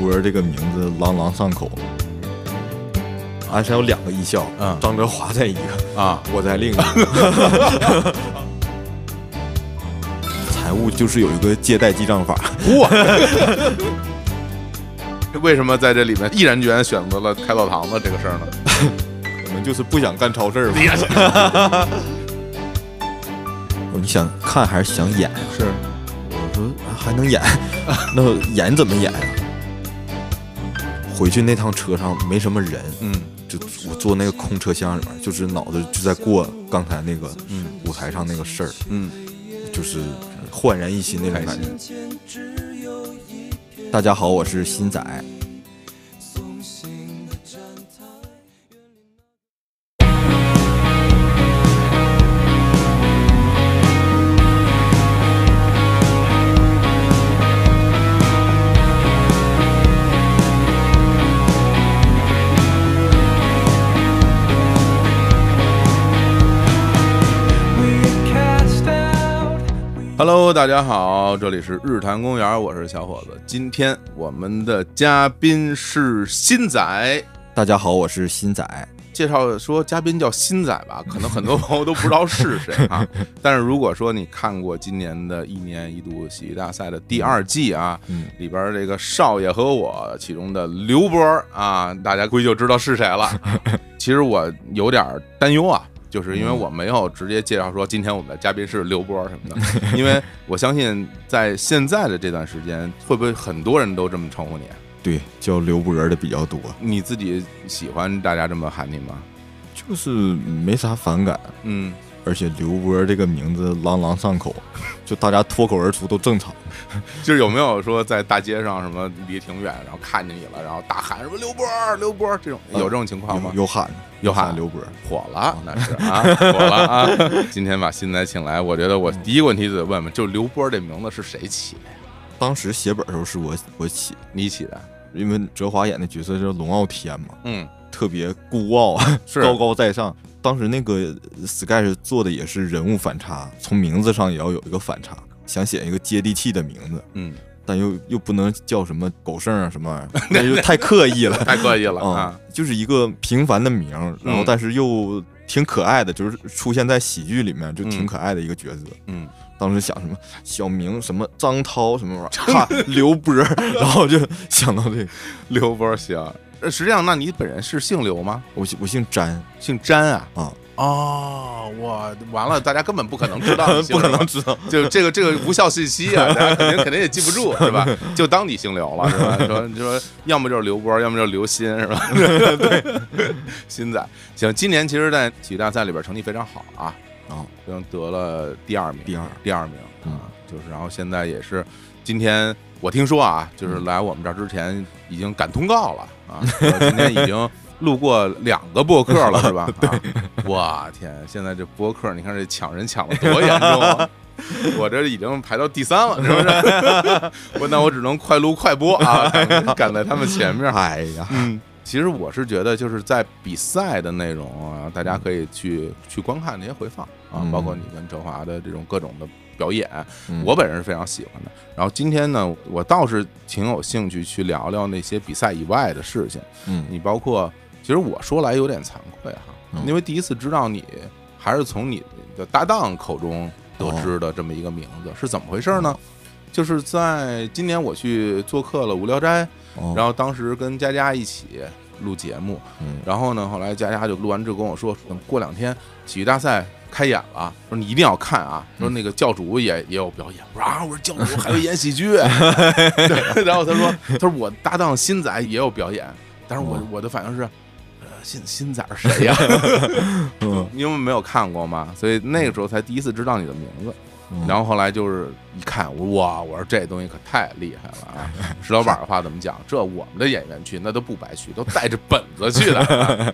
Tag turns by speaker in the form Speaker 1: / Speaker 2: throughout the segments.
Speaker 1: 波这个名字朗朗上口。鞍山有两个艺校，
Speaker 2: 嗯
Speaker 1: 张哲华在一个，
Speaker 2: 啊，
Speaker 1: 我在另一个。财务就是有一个借贷记账法，
Speaker 2: 为什么在这里面毅然决然选择了开澡堂子这个事儿呢？
Speaker 1: 我们就是不想干超市嘛。 我说哦你想看还是想演？
Speaker 2: 是
Speaker 1: 我说啊还能演，那演怎么演呀？回去那趟车上没什么人，
Speaker 2: 嗯，
Speaker 1: 就我坐那个空车厢里面，就是脑子就在过刚才那个
Speaker 2: 嗯
Speaker 1: 舞台上那个事儿，
Speaker 2: 嗯，
Speaker 1: 就是焕然一新那种
Speaker 2: 开
Speaker 1: 感觉。
Speaker 2: 心，
Speaker 1: 大家好，我是新仔。
Speaker 2: Hello，大家好，这里是日坛公园，我是小伙子。今天我们的嘉宾是新仔，
Speaker 1: 大家好，我是新仔。
Speaker 2: 介绍说嘉宾叫新仔吧，可能很多朋友都不知道是谁 啊。但是如果说你看过今年的一年一度喜剧大赛的第二季啊，
Speaker 1: 嗯
Speaker 2: 里边儿这个少爷和我其中的刘波儿啊，大家估计就知道是谁了。其实我有点儿担忧啊。就是因为我没有直接介绍说今天我们的嘉宾是刘波儿什么的，因为我相信在现在的这段时间，会不会很多人都这么称呼你？啊
Speaker 1: 对，叫刘博的比较多，
Speaker 2: 你自己喜欢大家这么喊你吗？
Speaker 1: 就是没啥反感，
Speaker 2: 嗯，
Speaker 1: 而且刘波这个名字朗朗上口， 就大家脱口而出都正常。
Speaker 2: 就是有没有说在大街上什么离挺远，然后看见你了，然后大喊什么刘波儿刘波儿这种，有这种情况吗
Speaker 1: 有？有喊，
Speaker 2: 有喊啊
Speaker 1: 刘波。
Speaker 2: 火了，那是啊，火了啊！今天把新仔请来，我觉得我第一个问题就得问问，就刘波这名字是谁起的呀？
Speaker 1: 当时写本的时候是我我起，
Speaker 2: 你起的？
Speaker 1: 因为哲华演的角色叫龙傲天嘛，
Speaker 2: 嗯，
Speaker 1: 特别孤傲，
Speaker 2: 是
Speaker 1: 高高在上。当时那个 sketch 做的也是人物反差，从名字上也要有一个反差，想写一个接地气的名字，
Speaker 2: 嗯，
Speaker 1: 但又又不能叫什么狗剩啊什么玩意 儿，那就太刻意了。
Speaker 2: 太刻意了
Speaker 1: 啊
Speaker 2: 啊！，
Speaker 1: 就是一个平凡的名儿，然后
Speaker 2: 嗯
Speaker 1: 但是又挺可爱的，就是出现在喜剧里面就挺
Speaker 2: 嗯
Speaker 1: 可爱的一个角色。
Speaker 2: 嗯，
Speaker 1: 当时想什么小明什么张涛什么玩意儿， 哈刘波儿，然后就想到这个。
Speaker 2: 刘波行。呃实际上，那你本人是姓刘吗？
Speaker 1: 我姓我姓 詹
Speaker 2: 姓詹啊？
Speaker 1: 啊，
Speaker 2: 哦，我完了，大家根本不可能知道 你姓
Speaker 1: 不可
Speaker 2: 什么
Speaker 1: 能知道。
Speaker 2: 就这个这个无效信息啊，大家肯定肯定也记不住是吧？就当你姓刘了是吧？你说你说，要么就是刘波，要么就是刘鑫是吧？ 对，鑫仔，行，今年其实，在体育大赛里边成绩非常好啊，
Speaker 1: 啊，
Speaker 2: 然后得了第二名，
Speaker 1: 第二
Speaker 2: 第二名
Speaker 1: 嗯
Speaker 2: 啊，就是然后现在也是今天。我听说啊，就是来我们这儿之前已经赶通告了 啊，说今天已经录过两个播客 了，是吧？啊，我天，现在这播客，你看这抢人抢的多严 重啊！我这已经排到第三了，是不是？ 我那我只能快录快播啊，赶赶在他们前面。
Speaker 1: 哎呀，
Speaker 2: 嗯，其实我是觉得，就是在比赛的内容啊，大家可以去去观看那些回放啊，
Speaker 1: 嗯
Speaker 2: 包括你跟哲华的这种各种的表演，
Speaker 1: 嗯
Speaker 2: 我本人是非常喜欢的。然后今天呢，我倒是挺有兴趣去聊聊那些比赛以外的事情。
Speaker 1: 嗯
Speaker 2: 你包括，其实我说来有点惭愧哈，
Speaker 1: 嗯
Speaker 2: 因为第一次知道你，还是从你的搭档口中得知的这么一个名字，是怎么回事呢？
Speaker 1: 嗯
Speaker 2: 就是在今年我去做客了无聊斋，
Speaker 1: 哦
Speaker 2: 然后当时跟佳佳一起录节目，
Speaker 1: 嗯
Speaker 2: 然后呢，后来佳佳就录完之后跟我说，嗯过两天喜剧大赛开演了，说你一定要看啊，说那个教主也也有表演。我说啊，我说教主还会演喜剧。对然后他说，他说我搭档新仔也有表演，但是我
Speaker 1: 哦
Speaker 2: 我的反应是。呃新新仔是谁呀、
Speaker 1: 嗯
Speaker 2: 因为没有看过嘛，所以那个时候才第一次知道你的名字。
Speaker 1: 嗯
Speaker 2: 然后后来就是一看，我说哇，我说这东西可太厉害了啊！石老板的话怎么讲？这我们的演员去那都不白去，都带着本子去的啊。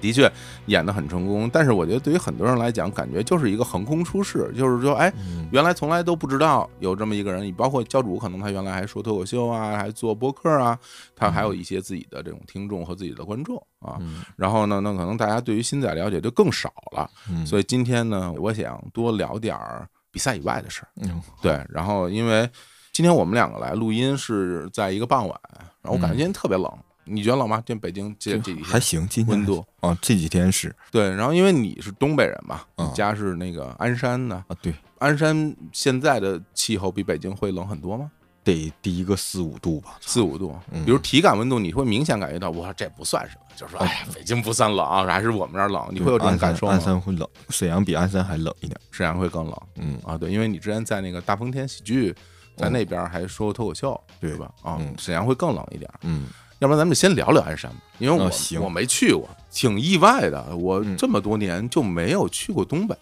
Speaker 2: 的确演得很成功，但是我觉得对于很多人来讲，感觉就是一个横空出世，就是说，哎，
Speaker 1: 嗯
Speaker 2: 原来从来都不知道有这么一个人，你包括教主，可能他原来还说脱口秀啊，还做播客啊，他还有一些自己的这种听众和自己的观众啊。
Speaker 1: 嗯
Speaker 2: 然后呢，那可能大家对于新仔了解就更少了，
Speaker 1: 嗯
Speaker 2: 所以今天呢，我想多聊点儿比赛以外的事儿。
Speaker 1: 嗯
Speaker 2: 对，然后因为今天我们两个来录音是在一个傍晚，然后我感
Speaker 1: 嗯
Speaker 2: 觉今天特别冷，你觉得冷吗？这北京这这几
Speaker 1: 还
Speaker 2: 天
Speaker 1: 行，今天
Speaker 2: 温度
Speaker 1: 啊，这几天是
Speaker 2: 对，然后因为你是东北人嘛，你
Speaker 1: 嗯
Speaker 2: 家是那个鞍山的，
Speaker 1: 啊，对，
Speaker 2: 鞍山现在的气候比北京会冷很多吗？
Speaker 1: 得低个四五度吧，
Speaker 2: 四五度，
Speaker 1: 嗯
Speaker 2: 比如体感温度，你会明显感觉到，哇，这不算什么，就是说，哎呀，北京不算冷，啊还是我们这儿冷，你会有这种
Speaker 1: 鞍山
Speaker 2: 感受吗嗯
Speaker 1: 鞍？山会冷，沈阳比鞍山还冷一点。
Speaker 2: 沈阳会更冷
Speaker 1: 嗯，
Speaker 2: 啊，对，因为你之前在那个大风天喜剧，在那边还说过脱口秀，
Speaker 1: 对
Speaker 2: 是吧？啊
Speaker 1: 嗯，
Speaker 2: 沈阳会更冷一点，
Speaker 1: 嗯，
Speaker 2: 要不然咱们先聊聊鞍山吧，因为
Speaker 1: 啊
Speaker 2: 我
Speaker 1: 行
Speaker 2: 我没去过，挺意外的，我
Speaker 1: 嗯
Speaker 2: 这么多年就没有去过东北，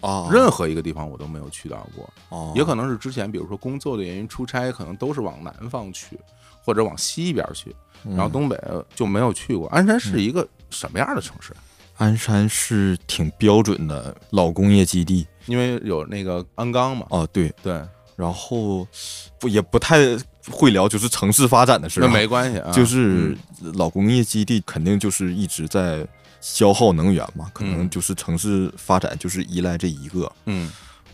Speaker 1: 啊
Speaker 2: 任何一个地方我都没有去到过，
Speaker 1: 哦
Speaker 2: 哦也可能是之前，比如说工作的原因出差，可能都是往南方去，或者往西边去，
Speaker 1: 嗯
Speaker 2: 然后东北就没有去过。鞍山是一个什么样的城市？
Speaker 1: 鞍山是挺标准的老工业基地
Speaker 2: 因为有那个鞍钢嘛，
Speaker 1: 啊，对，
Speaker 2: 对，
Speaker 1: 然后不也不太会聊就是城市发展的事、
Speaker 2: 那
Speaker 1: 啊，
Speaker 2: 没关系啊，
Speaker 1: 就是
Speaker 2: 嗯
Speaker 1: 老工业基地肯定就是一直在消耗能源嘛，可能
Speaker 2: 嗯
Speaker 1: 就是城市发展就是依赖这一个，
Speaker 2: 嗯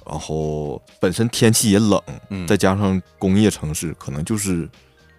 Speaker 1: 然后本身天气也冷，
Speaker 2: 嗯，
Speaker 1: 再加上工业城市，可能就是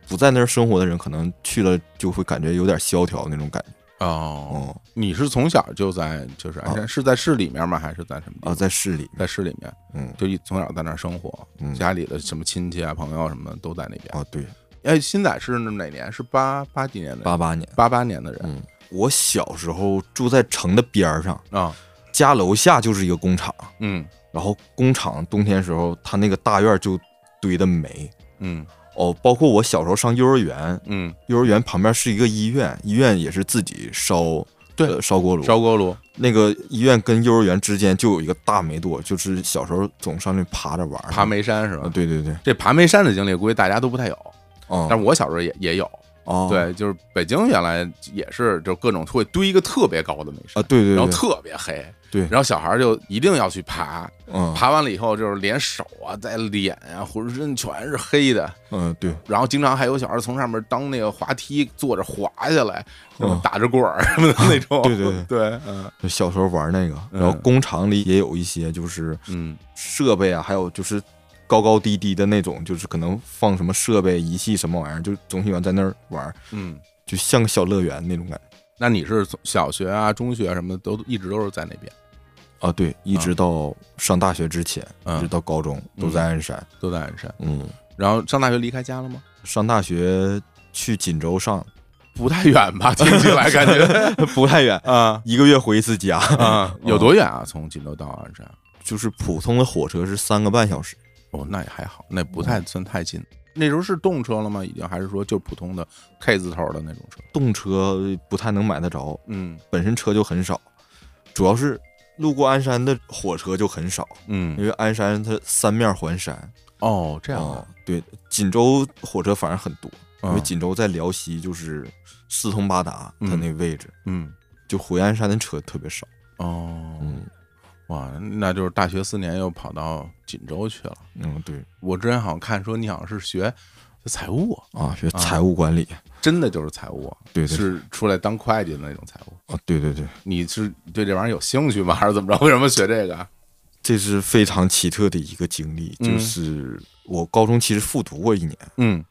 Speaker 1: 不在那儿生活的人，可能去了就会感觉有点萧条那种感觉。
Speaker 2: 哦，
Speaker 1: 哦，
Speaker 2: 你是从小就在就是鞍山，是在市里面吗？还是在什么地
Speaker 1: 啊，
Speaker 2: 方？
Speaker 1: 哦在市里，
Speaker 2: 在市里面，
Speaker 1: 嗯，
Speaker 2: 就一从小在那儿生活，
Speaker 1: 嗯
Speaker 2: 家里的什么亲戚啊、朋友什么的都在那边。
Speaker 1: 啊，对，
Speaker 2: 哎，新仔是哪年？是八八几年的？
Speaker 1: 八八年，
Speaker 2: 八八年的人
Speaker 1: 嗯，我小时候住在城的边儿上，
Speaker 2: 啊，
Speaker 1: 家楼下就是一个工厂，
Speaker 2: 嗯
Speaker 1: 然后工厂冬天时候，它那个大院就堆的煤。
Speaker 2: 嗯
Speaker 1: 哦，包括我小时候上幼儿园，
Speaker 2: 嗯，
Speaker 1: 幼儿园旁边是一个医院，医院也是自己烧，
Speaker 2: 对
Speaker 1: 呃烧锅炉。
Speaker 2: 烧锅炉，
Speaker 1: 那个医院跟幼儿园之间就有一个大煤垛，就是小时候总上去爬着玩儿。
Speaker 2: 爬煤山是
Speaker 1: 啊，
Speaker 2: 吧？
Speaker 1: 对对对，
Speaker 2: 这爬煤山的经历，估计大家都不太有，
Speaker 1: 哦，
Speaker 2: 但是我小时候也也有。
Speaker 1: 哦，
Speaker 2: 对，就是北京原来也是，就各种会堆一个特别高的煤
Speaker 1: 啊，
Speaker 2: 山，
Speaker 1: 对对
Speaker 2: 然后
Speaker 1: 对，
Speaker 2: 特别黑，
Speaker 1: 对
Speaker 2: 然后小孩就一定要去爬，
Speaker 1: 嗯
Speaker 2: 爬完了以后就是连手啊、在脸啊、浑身全是黑的，
Speaker 1: 嗯，对，
Speaker 2: 然后经常还有小孩从上面当那个滑梯坐着滑下来，
Speaker 1: 嗯
Speaker 2: 就是打着滚儿什么的那 种。
Speaker 1: 对对对
Speaker 2: 对，嗯
Speaker 1: 就小时候玩那个，
Speaker 2: 嗯
Speaker 1: 然后工厂里也有一些就是
Speaker 2: 嗯
Speaker 1: 设备啊，还有就是高高低低的那种，就是可能放什么设备、仪器什么玩意儿，就总喜欢在那儿玩儿，
Speaker 2: 嗯。
Speaker 1: 就像个小乐园那种感觉
Speaker 2: 那你是从小学啊、中学什么的都一直都是在那边，
Speaker 1: 啊。对，一直到上大学之前，
Speaker 2: 嗯
Speaker 1: 一直到高中都在鞍山。
Speaker 2: 都在鞍山。
Speaker 1: 嗯，
Speaker 2: 然后上大学离开家了吗？
Speaker 1: 上大学去锦州上
Speaker 2: 不太远 吧，听起来感觉
Speaker 1: 不太远，
Speaker 2: 啊
Speaker 1: 一个月回一次家， 哦
Speaker 2: 啊，有多远啊？从锦州到鞍山？
Speaker 1: 就是普通的火车是三个半小时。
Speaker 2: 哦，那也还好，那不太算太近。那时候是动车了吗？已经还是说就普通的 K 字头的那种车？
Speaker 1: 动车不太能买得着，
Speaker 2: 嗯
Speaker 1: 本身车就很少，主要是路过鞍山的火车就很少，因
Speaker 2: 嗯，
Speaker 1: 为鞍山它三面环山。
Speaker 2: 哦，这样
Speaker 1: 啊
Speaker 2: 啊，，
Speaker 1: 对，锦州火车反而很多，哦因为
Speaker 2: 嗯
Speaker 1: 锦州在辽西就是四通八达，
Speaker 2: 嗯
Speaker 1: 它那位置
Speaker 2: 嗯
Speaker 1: 就回鞍山的车特别少。
Speaker 2: 哦，
Speaker 1: 嗯
Speaker 2: 哇，那就是大学四年又跑到锦州去了。
Speaker 1: 嗯，对
Speaker 2: 我之前好像看说你好像是学财务啊，
Speaker 1: 啊，学财务管理，
Speaker 2: 真的就是财务啊，
Speaker 1: 对对对
Speaker 2: 是出来当会计的那种财务。
Speaker 1: 啊，对对对，
Speaker 2: 你是对这玩意儿有兴趣吗？还是怎么着？为什么学这个啊？
Speaker 1: 这是非常奇特的一个经历，
Speaker 2: 嗯
Speaker 1: 就是我高中其实复读过一年，
Speaker 2: 嗯，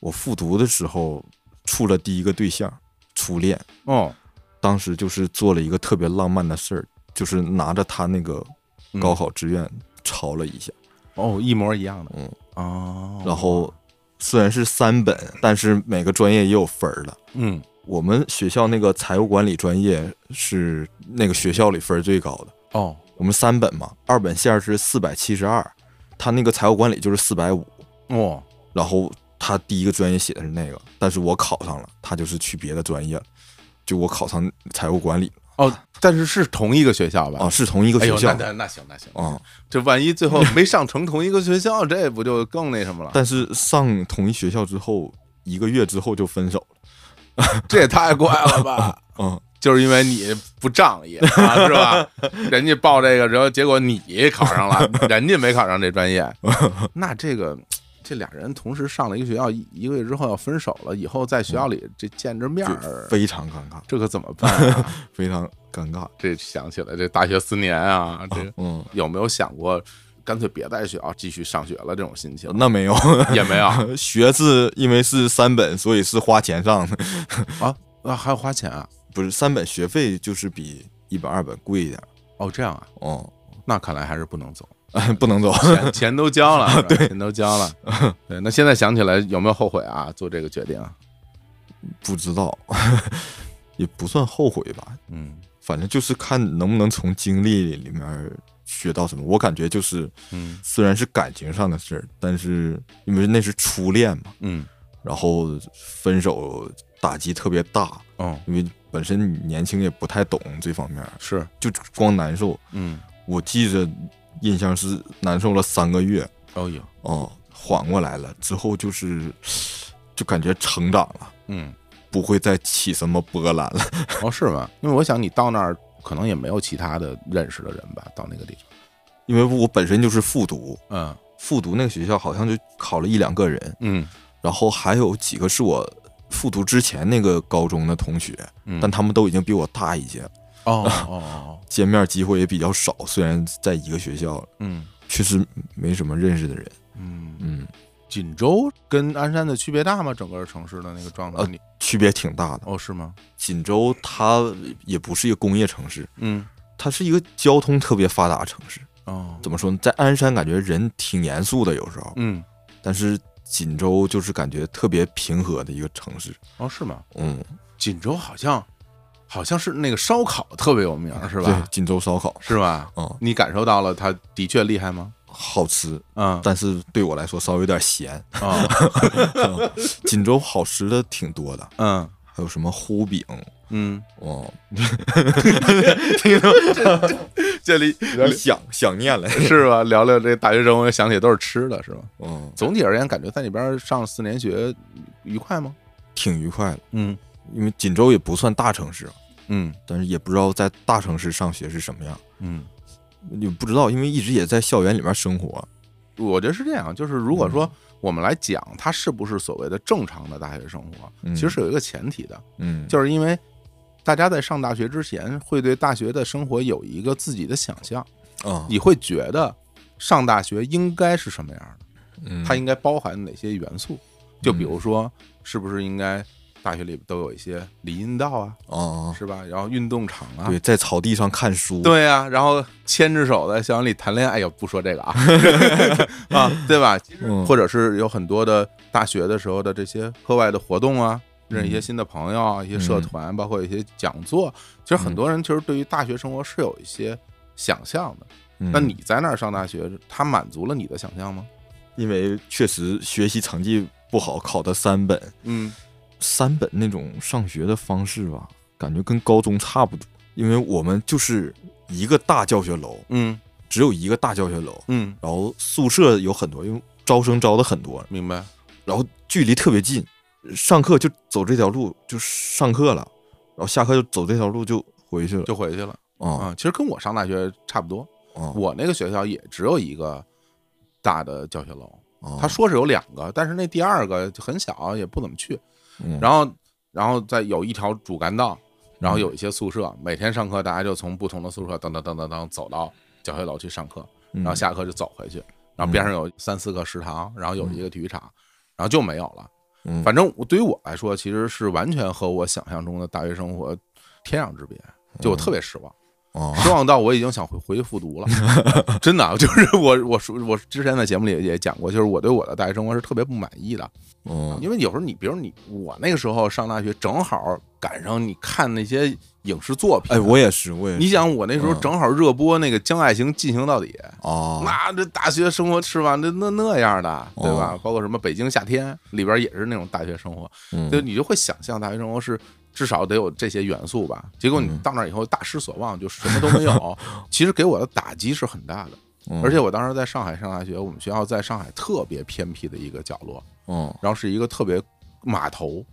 Speaker 1: 我复读的时候处了第一个对象，初恋。
Speaker 2: 哦，
Speaker 1: 当时就是做了一个特别浪漫的事儿，就是拿着他那个
Speaker 2: 嗯
Speaker 1: 高考志愿抄了一下，
Speaker 2: 哦，一模一样的，
Speaker 1: 嗯，
Speaker 2: 哦，
Speaker 1: 然后虽然是三本，但是每个专业也有分儿的。
Speaker 2: 嗯，
Speaker 1: 我们学校那个财务管理专业是那个学校里分儿最高的，
Speaker 2: 哦，
Speaker 1: 我们三本嘛，二本线是四百七十二，他那个财务管理就是四百五，
Speaker 2: 哦，
Speaker 1: 然后他第一个专业写的是那个，但是我考上了，他就是去别的专业了，就我考上财务管理
Speaker 2: 哦，但是是同一个学校吧？
Speaker 1: 啊，是同一个
Speaker 2: 哎
Speaker 1: 学
Speaker 2: 呦，
Speaker 1: 校
Speaker 2: 那那那行那行，
Speaker 1: 啊。
Speaker 2: 这万一最后没上成同一个学校，这不就更那什么了？
Speaker 1: 但是上同一学校之后，一个月之后就分手了。
Speaker 2: 这也太怪了吧！
Speaker 1: 嗯，
Speaker 2: 就是因为你不仗义、啊，是吧？人家报这个，然后结果你考上了，人家没考上这 专业，那这个这俩人同时上了一个学校，一一个月之后要分手了，以后在学校里这见着面儿
Speaker 1: 就，非常尴尬，
Speaker 2: 这可怎么办、啊？
Speaker 1: 非常尴尬。
Speaker 2: 这想起来，这大学四年啊，这
Speaker 1: 嗯，，
Speaker 2: 有没有想过？干脆别在学校继续上学了这种心情
Speaker 1: 那没有，
Speaker 2: 也没有啊
Speaker 1: 学是因为是三本，所以是花钱上的，
Speaker 2: 啊，还要花钱啊？
Speaker 1: 不是三本学费就是比一本二本贵一点儿
Speaker 2: 哦，这样啊，
Speaker 1: 哦，
Speaker 2: 那看来还是不能走，啊
Speaker 1: 不能走。
Speaker 2: 钱钱都交了，是吧钱都交了， 对，那现在想起来有没有后悔啊？做这个决定啊，
Speaker 1: 不知道， 也不算后悔吧，
Speaker 2: 嗯
Speaker 1: 反正就是看能不能从经历里面学到什么。我感觉就是，
Speaker 2: 嗯
Speaker 1: 虽然是感情上的事儿，但是因为那是初恋嘛，
Speaker 2: 嗯，
Speaker 1: 然后分手打击特别大，
Speaker 2: 哦，
Speaker 1: 因为本身年轻也不太懂这方面，
Speaker 2: 是，
Speaker 1: 就光难受。
Speaker 2: 嗯，
Speaker 1: 我记着印象是难受了三个月，
Speaker 2: 哦有，
Speaker 1: 哦，缓过来了之后就是， 就感觉成长了，
Speaker 2: 嗯，
Speaker 1: 不会再起什么波澜了。
Speaker 2: 哦是吗？因为我想你到那儿可能也没有其他的认识的人吧，到那个地方，
Speaker 1: 因为我本身就是复读，
Speaker 2: 嗯
Speaker 1: 复读那个学校好像就考了一两个人，
Speaker 2: 嗯
Speaker 1: 然后还有几个是我复读之前那个高中的同学，
Speaker 2: 嗯，
Speaker 1: 但他们都已经比我大一些，
Speaker 2: 哦哦哦，
Speaker 1: 见面机会也比较少。虽然在一个学校，
Speaker 2: 嗯
Speaker 1: 确实没什么认识的人。
Speaker 2: 嗯。
Speaker 1: 嗯，
Speaker 2: 锦州跟鞍山的区别大吗？整个城市的那个状态？
Speaker 1: 呃
Speaker 2: 你
Speaker 1: 区别挺大的。
Speaker 2: 哦，是吗？
Speaker 1: 锦州它也不是一个工业城市，
Speaker 2: 嗯，
Speaker 1: 它是一个交通特别发达的城市。
Speaker 2: 哦，
Speaker 1: 怎么说呢？在鞍山感觉人挺严肃的，有时候，
Speaker 2: 嗯，
Speaker 1: 但是锦州就是感觉特别平和的一个城市。
Speaker 2: 哦，是吗？
Speaker 1: 嗯，
Speaker 2: 锦州好像好像是那个烧烤特别有名儿，是
Speaker 1: 对
Speaker 2: 吧？，
Speaker 1: 锦州烧烤，
Speaker 2: 是吧？
Speaker 1: 嗯，
Speaker 2: 你感受到了它的确厉害吗？
Speaker 1: 好吃，
Speaker 2: 嗯，
Speaker 1: 但是对我来说稍微有点咸。
Speaker 2: 哦，
Speaker 1: 锦州好吃的挺多的，
Speaker 2: 嗯
Speaker 1: 还有什么糊饼，
Speaker 2: 嗯，
Speaker 1: 哦，
Speaker 2: 这里
Speaker 1: 有点想想念了。
Speaker 2: 是吧？聊聊这大学生活，想起都是吃的，是吧？
Speaker 1: 嗯，
Speaker 2: 总体而言，感觉在那边上四年学愉快吗？
Speaker 1: 挺愉快的，
Speaker 2: 嗯
Speaker 1: 因为锦州也不算大城市，
Speaker 2: 嗯
Speaker 1: 但是也不知道在大城市上学是什么样，
Speaker 2: 嗯。
Speaker 1: 也不知道，因为一直也在校园里面生活。
Speaker 2: 我觉得是这样，就是如
Speaker 1: 嗯
Speaker 2: 果说我们来讲它是不是所谓的正常的大学生活，
Speaker 1: 嗯
Speaker 2: 其实是有一个前提的，
Speaker 1: 嗯，
Speaker 2: 就是因为大家在上大学之前会对大学的生活有一个自己的想象，
Speaker 1: 啊，
Speaker 2: 你会觉得上大学应该是什么样的，
Speaker 1: 嗯
Speaker 2: 它应该包含哪些元素？就比如说，是不是应该大学里都有一些林荫道啊，
Speaker 1: 哦，
Speaker 2: 是吧？然后运动场啊，
Speaker 1: 对，在草地上看书。
Speaker 2: 对呀、然后牵着手在校园里谈恋爱，哎呦，不说 这个啊，啊，对吧？
Speaker 1: 嗯
Speaker 2: 或者是有很多的大学的时候的这些课外的活动啊，认识
Speaker 1: 嗯
Speaker 2: 一些新的朋友啊，一些社团，包括一些讲座。其实很多人其实对于大学生活是有一些想象的。
Speaker 1: 嗯，
Speaker 2: 那你在那儿上大学，它满足了你的想象吗？
Speaker 1: 因为确实学习成绩不好，考的三本，
Speaker 2: 嗯
Speaker 1: 三本那种上学的方式吧，感觉跟高中差不多。因为我们就是一个大教学楼，
Speaker 2: 嗯
Speaker 1: 只有一个大教学楼，
Speaker 2: 嗯，
Speaker 1: 然后宿舍有很多，因为招生招的很多，
Speaker 2: 明白。
Speaker 1: 然后距离特别近，上课就走这条路就上课了，然后下课就走这条路就回去了。
Speaker 2: 就回去了
Speaker 1: 啊
Speaker 2: 啊、其实跟我上大学差不多，
Speaker 1: 啊
Speaker 2: 我那个学校也只有一个大的教学楼。
Speaker 1: 啊！
Speaker 2: 他说是有两个，但是那第二个就很小，也不怎么去。
Speaker 1: 嗯
Speaker 2: 然后，然后再有一条主干道，然后
Speaker 1: 嗯
Speaker 2: 有一些宿舍，每天上课大家就从不同的宿舍噔噔噔噔噔走到教学楼去上课，
Speaker 1: 嗯，
Speaker 2: 然后下课就走回去。然后
Speaker 1: 嗯
Speaker 2: 边上有三四个食堂，然后有一个体育场，然后就没有了。
Speaker 1: 嗯
Speaker 2: 反正我对于我来说，其实是完全和我想象中的大学生活天壤之别，
Speaker 1: 嗯
Speaker 2: 就我特别失望。
Speaker 1: 啊
Speaker 2: 失望到我已经想回回去复读了， 真的啊，就是 我我说我之前在节目里也讲过，就是我对我的大学生活是特别不满意的，
Speaker 1: 嗯
Speaker 2: 因为有时候你，比如你我那个时候上大学，正好赶上你看那些影视作品，
Speaker 1: 哎，我也是，我也
Speaker 2: 你
Speaker 1: 是
Speaker 2: 想我那时候
Speaker 1: 嗯
Speaker 2: 正好热播那个《将爱情进行到底》，
Speaker 1: 啊，
Speaker 2: 那这大学生活是吧？那那那样的，对吧？
Speaker 1: 哦
Speaker 2: 包括什么《北京夏天》里边也是那种大学生活，
Speaker 1: 嗯
Speaker 2: 就你就会想象大学生活是至少得有这些元素吧。结果你
Speaker 1: 嗯
Speaker 2: 到那儿以后大失所望，就什么都 没有。其实给我的打击是很大的，
Speaker 1: 嗯
Speaker 2: 而且我当时在上海上大学，我们学校在上海特别偏僻的一个角落，
Speaker 1: 嗯
Speaker 2: 然后是一个特别码头，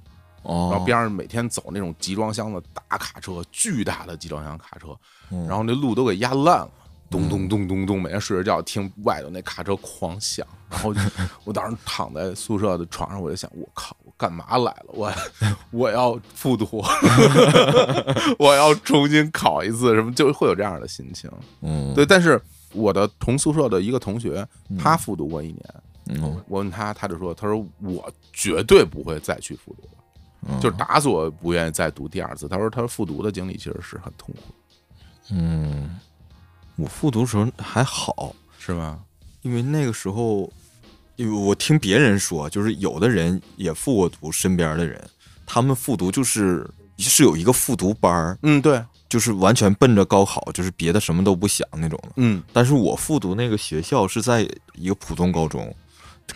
Speaker 1: 哦，
Speaker 2: 然后边上每天走那种集装箱的大卡车，巨大的集装箱卡车，
Speaker 1: 嗯
Speaker 2: 然后那路都给压烂了。咚咚咚咚咚，每天睡着觉听外头那卡车狂响，然 后我当时躺在宿舍的床上，我就想，我靠，我干嘛来了？我我要复 读， 我要重新考一次，什么就会有这样的心情。
Speaker 1: 嗯
Speaker 2: 对，但是我的同宿舍的一个同学，
Speaker 1: 嗯
Speaker 2: 他复读过一年，
Speaker 1: 嗯
Speaker 2: 我问他，他就说，他说我绝对不会再去复读了，
Speaker 1: 嗯
Speaker 2: 就是打死我不愿意再读第二次。他说他复读的经历其实是很痛苦，
Speaker 1: 嗯，我复读的时候还好，
Speaker 2: 是吗？
Speaker 1: 因为那个时候，因为我听别人说，就是有的人也复过读，身边的人他们复读就是是有一个复读班儿，
Speaker 2: 嗯，对，
Speaker 1: 就是完全奔着高考，就是别的什么都不想那种的。
Speaker 2: 嗯，
Speaker 1: 但是我复读那个学校是在一个普通高中，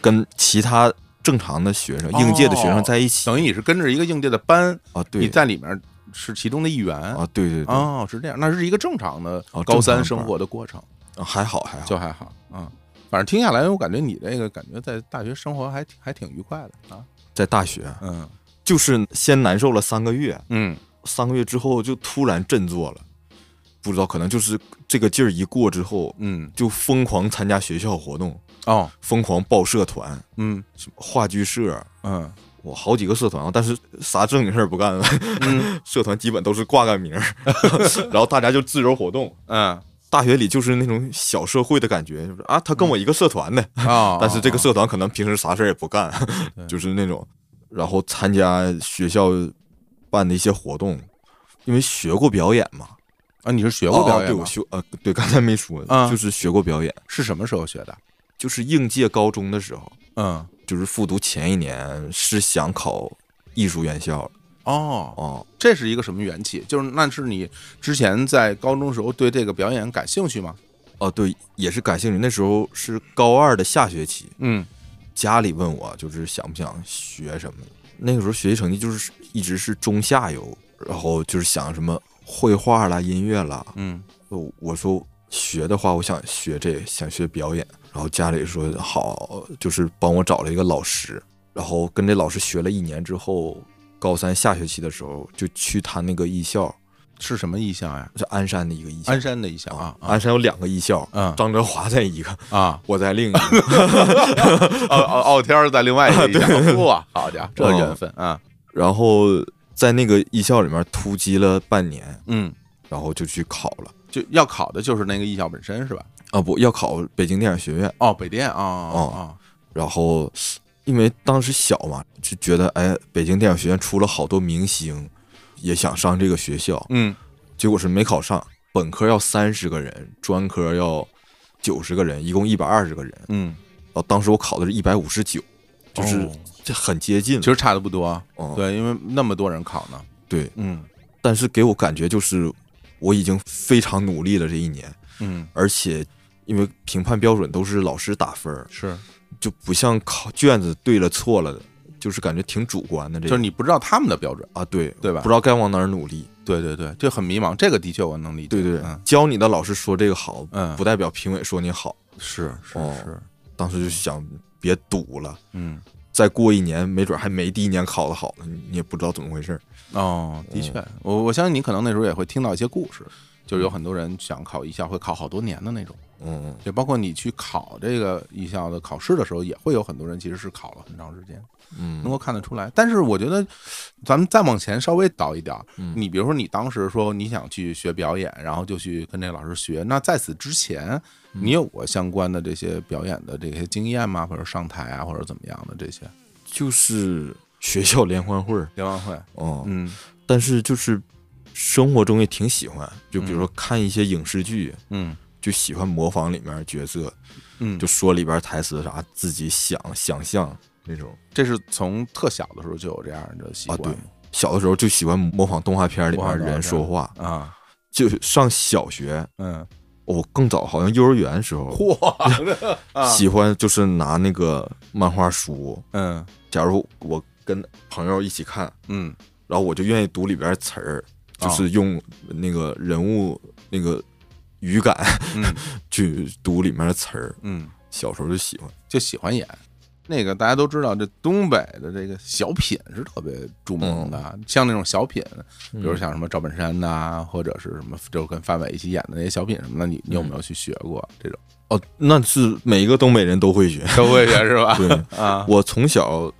Speaker 1: 跟其他正常的学生、
Speaker 2: 哦
Speaker 1: 应届的学生在一起
Speaker 2: 等于你是跟着一个应届的班，
Speaker 1: 啊，对
Speaker 2: 你在里面是其中的一员
Speaker 1: 啊，对对对，
Speaker 2: 哦，是这样，那是一个正常的
Speaker 1: 哦
Speaker 2: 高
Speaker 1: 正常
Speaker 2: 三
Speaker 1: 的
Speaker 2: 生
Speaker 1: 班
Speaker 2: 活的过程，
Speaker 1: 啊还好还好，
Speaker 2: 就还好啊。反正听下来，我感觉你这个感觉在大学生活还挺还挺愉快的啊。
Speaker 1: 在大学
Speaker 2: 嗯
Speaker 1: 就是先难受了三个月，
Speaker 2: 嗯，
Speaker 1: 三个月之后就突然振作了，不知道可能就是这个劲儿一过之后，
Speaker 2: 嗯
Speaker 1: 就疯狂参加学校活动，
Speaker 2: 哦
Speaker 1: 疯狂报社团、
Speaker 2: 嗯
Speaker 1: 话剧社，
Speaker 2: 嗯
Speaker 1: 我好几个社团啊，但是啥正经事儿不干了，
Speaker 2: 嗯
Speaker 1: 社团基本都是挂个名儿， 然后大家就自由活动。
Speaker 2: 嗯
Speaker 1: 大学里就是那种小社会的感觉，就是啊，他跟我一个社团的，
Speaker 2: 哦，
Speaker 1: 但是这个社团可能平时啥事儿也不干，
Speaker 2: 对
Speaker 1: 就是那种，然后参加学校办的一些活动，因为学过表演嘛，
Speaker 2: 啊，你是学过
Speaker 1: 哦
Speaker 2: 表演
Speaker 1: 对
Speaker 2: 吗
Speaker 1: 我？学呃，对，刚才没说，
Speaker 2: 啊
Speaker 1: 就是学过表演，
Speaker 2: 是什么时候学的？
Speaker 1: 就是应届高中的时候，
Speaker 2: 嗯
Speaker 1: 就是复读前一年是想考艺术院校了
Speaker 2: 哦，
Speaker 1: 哦，
Speaker 2: 这是一个什么缘起？就是那是你之前在高中时候对这个表演感兴趣吗？
Speaker 1: 哦，对，也是感兴趣，那时候是高二的下学期，
Speaker 2: 嗯
Speaker 1: 家里问我就是想不想学什么的，那个时候学习成绩就是一直是中下游，然后就是想什么绘画啦、音乐啦，
Speaker 2: 嗯
Speaker 1: 我呃我说学的话，我想学这个，想学表演。然后家里说好，就是帮我找了一个老师，然后跟这老师学了一年之后，高三下学期的时候就去他那个艺校，
Speaker 2: 是什么意象呀？
Speaker 1: 是鞍山的一个艺校。
Speaker 2: 鞍山的意象啊啊
Speaker 1: 鞍山有两个艺校，
Speaker 2: 嗯
Speaker 1: 张哲华在一个，
Speaker 2: 啊！
Speaker 1: 我在另一个。
Speaker 2: 傲傲傲哦天儿在另外一个 意象，哇，好家伙，这
Speaker 1: 哦
Speaker 2: 缘分啊！
Speaker 1: 然后在那个艺校里面突击了半年，
Speaker 2: 嗯，
Speaker 1: 然后就去考了。
Speaker 2: 就要考的就是那个艺校本身是吧？
Speaker 1: 啊不，要考北京电影学院，
Speaker 2: 哦，北电啊啊
Speaker 1: 然后因为当时小嘛，就觉得哎，北京电影学院出了好多明星，也想上这个学校，
Speaker 2: 嗯
Speaker 1: 结果是没考上。本科要三十个人，专科要九十个人，一共一百二十个人。
Speaker 2: 嗯，
Speaker 1: 然后当时我考的是一百五十九，就是
Speaker 2: 哦
Speaker 1: 这很接近
Speaker 2: 其。实差的不多，
Speaker 1: 哦
Speaker 2: 对，因为那么多人考呢，
Speaker 1: 对，
Speaker 2: 嗯
Speaker 1: 但是给我感觉就是我已经非常努力了这一年，
Speaker 2: 嗯
Speaker 1: 而且因为评判标准都是老师打分儿，
Speaker 2: 是，
Speaker 1: 就不像考卷子对了错了，就是感觉挺主观的。这
Speaker 2: 就
Speaker 1: 个
Speaker 2: 是你不知道他们的标准，
Speaker 1: 啊，对
Speaker 2: 对吧
Speaker 1: 不知道该往哪儿努力。
Speaker 2: 对对对，这很迷茫，这个的确我能理解，
Speaker 1: 对对，
Speaker 2: 嗯
Speaker 1: 教你的老师说这个好，
Speaker 2: 嗯
Speaker 1: 不代表评委说你好。
Speaker 2: 是是
Speaker 1: 哦
Speaker 2: 是，
Speaker 1: 当时就想别赌了，
Speaker 2: 嗯
Speaker 1: 再过一年没准还没第一年考的好呢，你你也不知道怎么回事儿。
Speaker 2: 哦，的确，我我相信你可能那时候也会听到一些故事，就是有很多人想考艺校会考好多年的那种，
Speaker 1: 嗯，
Speaker 2: 就包括你去考这个艺校的考试的时候，也会有很多人其实是考了很长时间，
Speaker 1: 嗯
Speaker 2: 能够看得出来。但是我觉得，咱们再往前稍微倒一点儿，
Speaker 1: 嗯
Speaker 2: 你比如说你当时说你想去学表演，然后就去跟这个老师学，那在此之前，你有过相关的这些表演的这些经验吗？或者上台啊，或者怎么样的这些
Speaker 1: 就是学校联欢会儿，
Speaker 2: 联欢会？
Speaker 1: 哦、
Speaker 2: 嗯
Speaker 1: 但是就是生活中也挺喜欢，就比如说看一些影视剧，
Speaker 2: 嗯
Speaker 1: 就喜欢模仿里面角色，
Speaker 2: 嗯，
Speaker 1: 就说里边台词啥，自己想想象那种。
Speaker 2: 这是从特小的时候就有这样的习
Speaker 1: 啊
Speaker 2: 惯
Speaker 1: 对小的时候就喜欢模仿动画片里面人说话，
Speaker 2: 对啊，
Speaker 1: 就上小学，
Speaker 2: 嗯，
Speaker 1: 我更早好像幼儿园时候，
Speaker 2: 嚯， 啊
Speaker 1: 喜欢就是拿那个漫画书，
Speaker 2: 嗯
Speaker 1: 假如我跟朋友一起看，
Speaker 2: 嗯
Speaker 1: 然后我就愿意读里边词儿，
Speaker 2: 哦
Speaker 1: 就是用那个人物那个语感
Speaker 2: 嗯
Speaker 1: 去读里面的词儿。
Speaker 2: 嗯，
Speaker 1: 小时候就喜欢，
Speaker 2: 就喜欢演。那个大家都知道，这东北的这个小品是特别著名的，像那种小品，比如
Speaker 1: 嗯
Speaker 2: 像什么赵本山呐、或者是什么，就是跟范伟一起演的那些小品什么的，你你有没有去学过这种？
Speaker 1: 哦，那是每一个东北人都会学。
Speaker 2: 都会学是吧？
Speaker 1: 对
Speaker 2: 啊，
Speaker 1: 我从小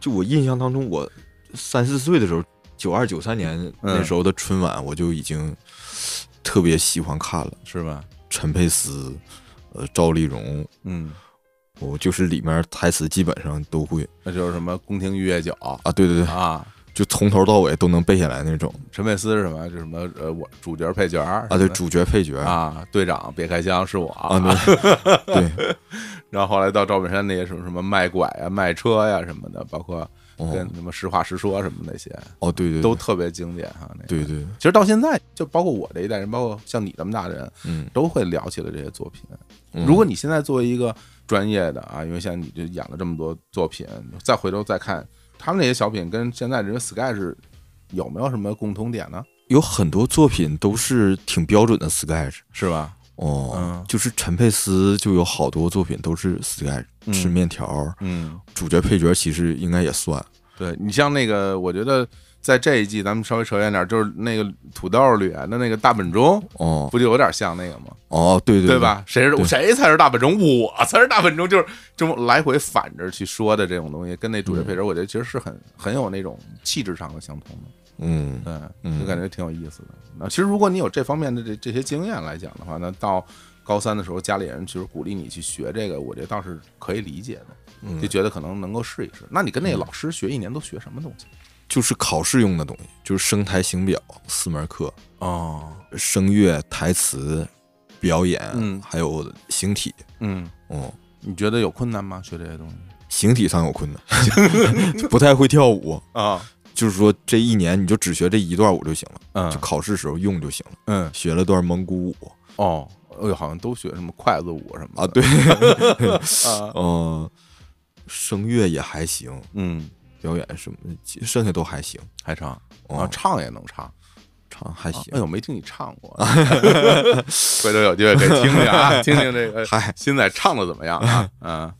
Speaker 1: 就我印象当中，我三四岁的时候，九二九三年那时候的春晚，我就已经特别喜欢看了
Speaker 2: 是吧？
Speaker 1: 陈佩斯、呃赵丽蓉，
Speaker 2: 嗯，
Speaker 1: 我就是里面台词基本上都会
Speaker 2: 那就是什么宫廷玉液酒
Speaker 1: 啊，对对对，
Speaker 2: 啊，
Speaker 1: 就从头到尾都能背下来那种
Speaker 2: 陈佩斯是什么？就什么呃，我主角配角啊
Speaker 1: 啊，对主角配角
Speaker 2: 啊，队长别开枪是我
Speaker 1: 啊，对对，
Speaker 2: 然后后来到赵本山那些什么什么卖拐啊、卖车呀、什么的，包括跟
Speaker 1: 哦
Speaker 2: 什么实话实说什么那些，
Speaker 1: 哦对对
Speaker 2: 都
Speaker 1: 对
Speaker 2: 特别经典哈。那个，
Speaker 1: 对对，
Speaker 2: 其实到现在，就包括我这一代人，包括像你这么大人，
Speaker 1: 嗯，
Speaker 2: 都会聊起了这些作品。
Speaker 1: 嗯
Speaker 2: 如果你现在作为一个专业的啊，因为像你就演了这么多作品，再回头再看他们那些小品跟现在人家 Sky 是有没有什么共同点呢？
Speaker 1: 有很多作品都是挺标准的 sketch
Speaker 2: 是吧？
Speaker 1: 哦，
Speaker 2: 嗯
Speaker 1: 就是陈佩斯就有好多作品都是 sketch
Speaker 2: 嗯
Speaker 1: 吃面条，
Speaker 2: 嗯，
Speaker 1: 主角配角其实应该也算，
Speaker 2: 对你像那个，我觉得在这一季咱们稍微扯远点，就是那个土豆里演的那个大本钟，
Speaker 1: 哦
Speaker 2: 不就有点像那个吗？
Speaker 1: 哦，对对
Speaker 2: 对？吧？谁是
Speaker 1: 对
Speaker 2: 谁才是大本钟？我才是大本钟，就是这么来回反着去说的这种东西，跟那主角配角，我觉得其实是很很有那种气质上的相通的，
Speaker 1: 嗯，
Speaker 2: 对，
Speaker 1: 嗯
Speaker 2: 就感觉挺有意思的。那其实如果你有这方面的这这些经验来讲的话，那到高三的时候，家里人其实鼓励你去学这个，我觉得倒是可以理解的，
Speaker 1: 嗯
Speaker 2: 就觉得可能能够试一试。那你跟那个老师学一年都学什么东西？
Speaker 1: 就是考试用的东西，就是声台形表四门课，
Speaker 2: 哦，
Speaker 1: 声乐、台词、表演，
Speaker 2: 嗯
Speaker 1: 还有形体，
Speaker 2: 嗯，
Speaker 1: 哦、
Speaker 2: 你觉得有困难吗？学这些东西
Speaker 1: 形体上有困难， 不太会跳舞，
Speaker 2: 啊？
Speaker 1: 就是说这一年你就只学这一段舞就行了，
Speaker 2: 嗯
Speaker 1: 就考试时候用就行了，
Speaker 2: 嗯
Speaker 1: 学了段蒙古舞
Speaker 2: 哦，哎呦，好像都学什么筷子舞什么的
Speaker 1: 啊，对，
Speaker 2: 啊，
Speaker 1: 嗯，声乐也还行，
Speaker 2: 嗯，
Speaker 1: 表演什么剩下都还行，
Speaker 2: 还唱啊
Speaker 1: 哦，，
Speaker 2: 唱也能唱，
Speaker 1: 唱还行
Speaker 2: 哎，呦，没听你唱过， 回头有机会可以听听啊，听听这个
Speaker 1: 嗨，
Speaker 2: 现在唱的怎么样啊？嗯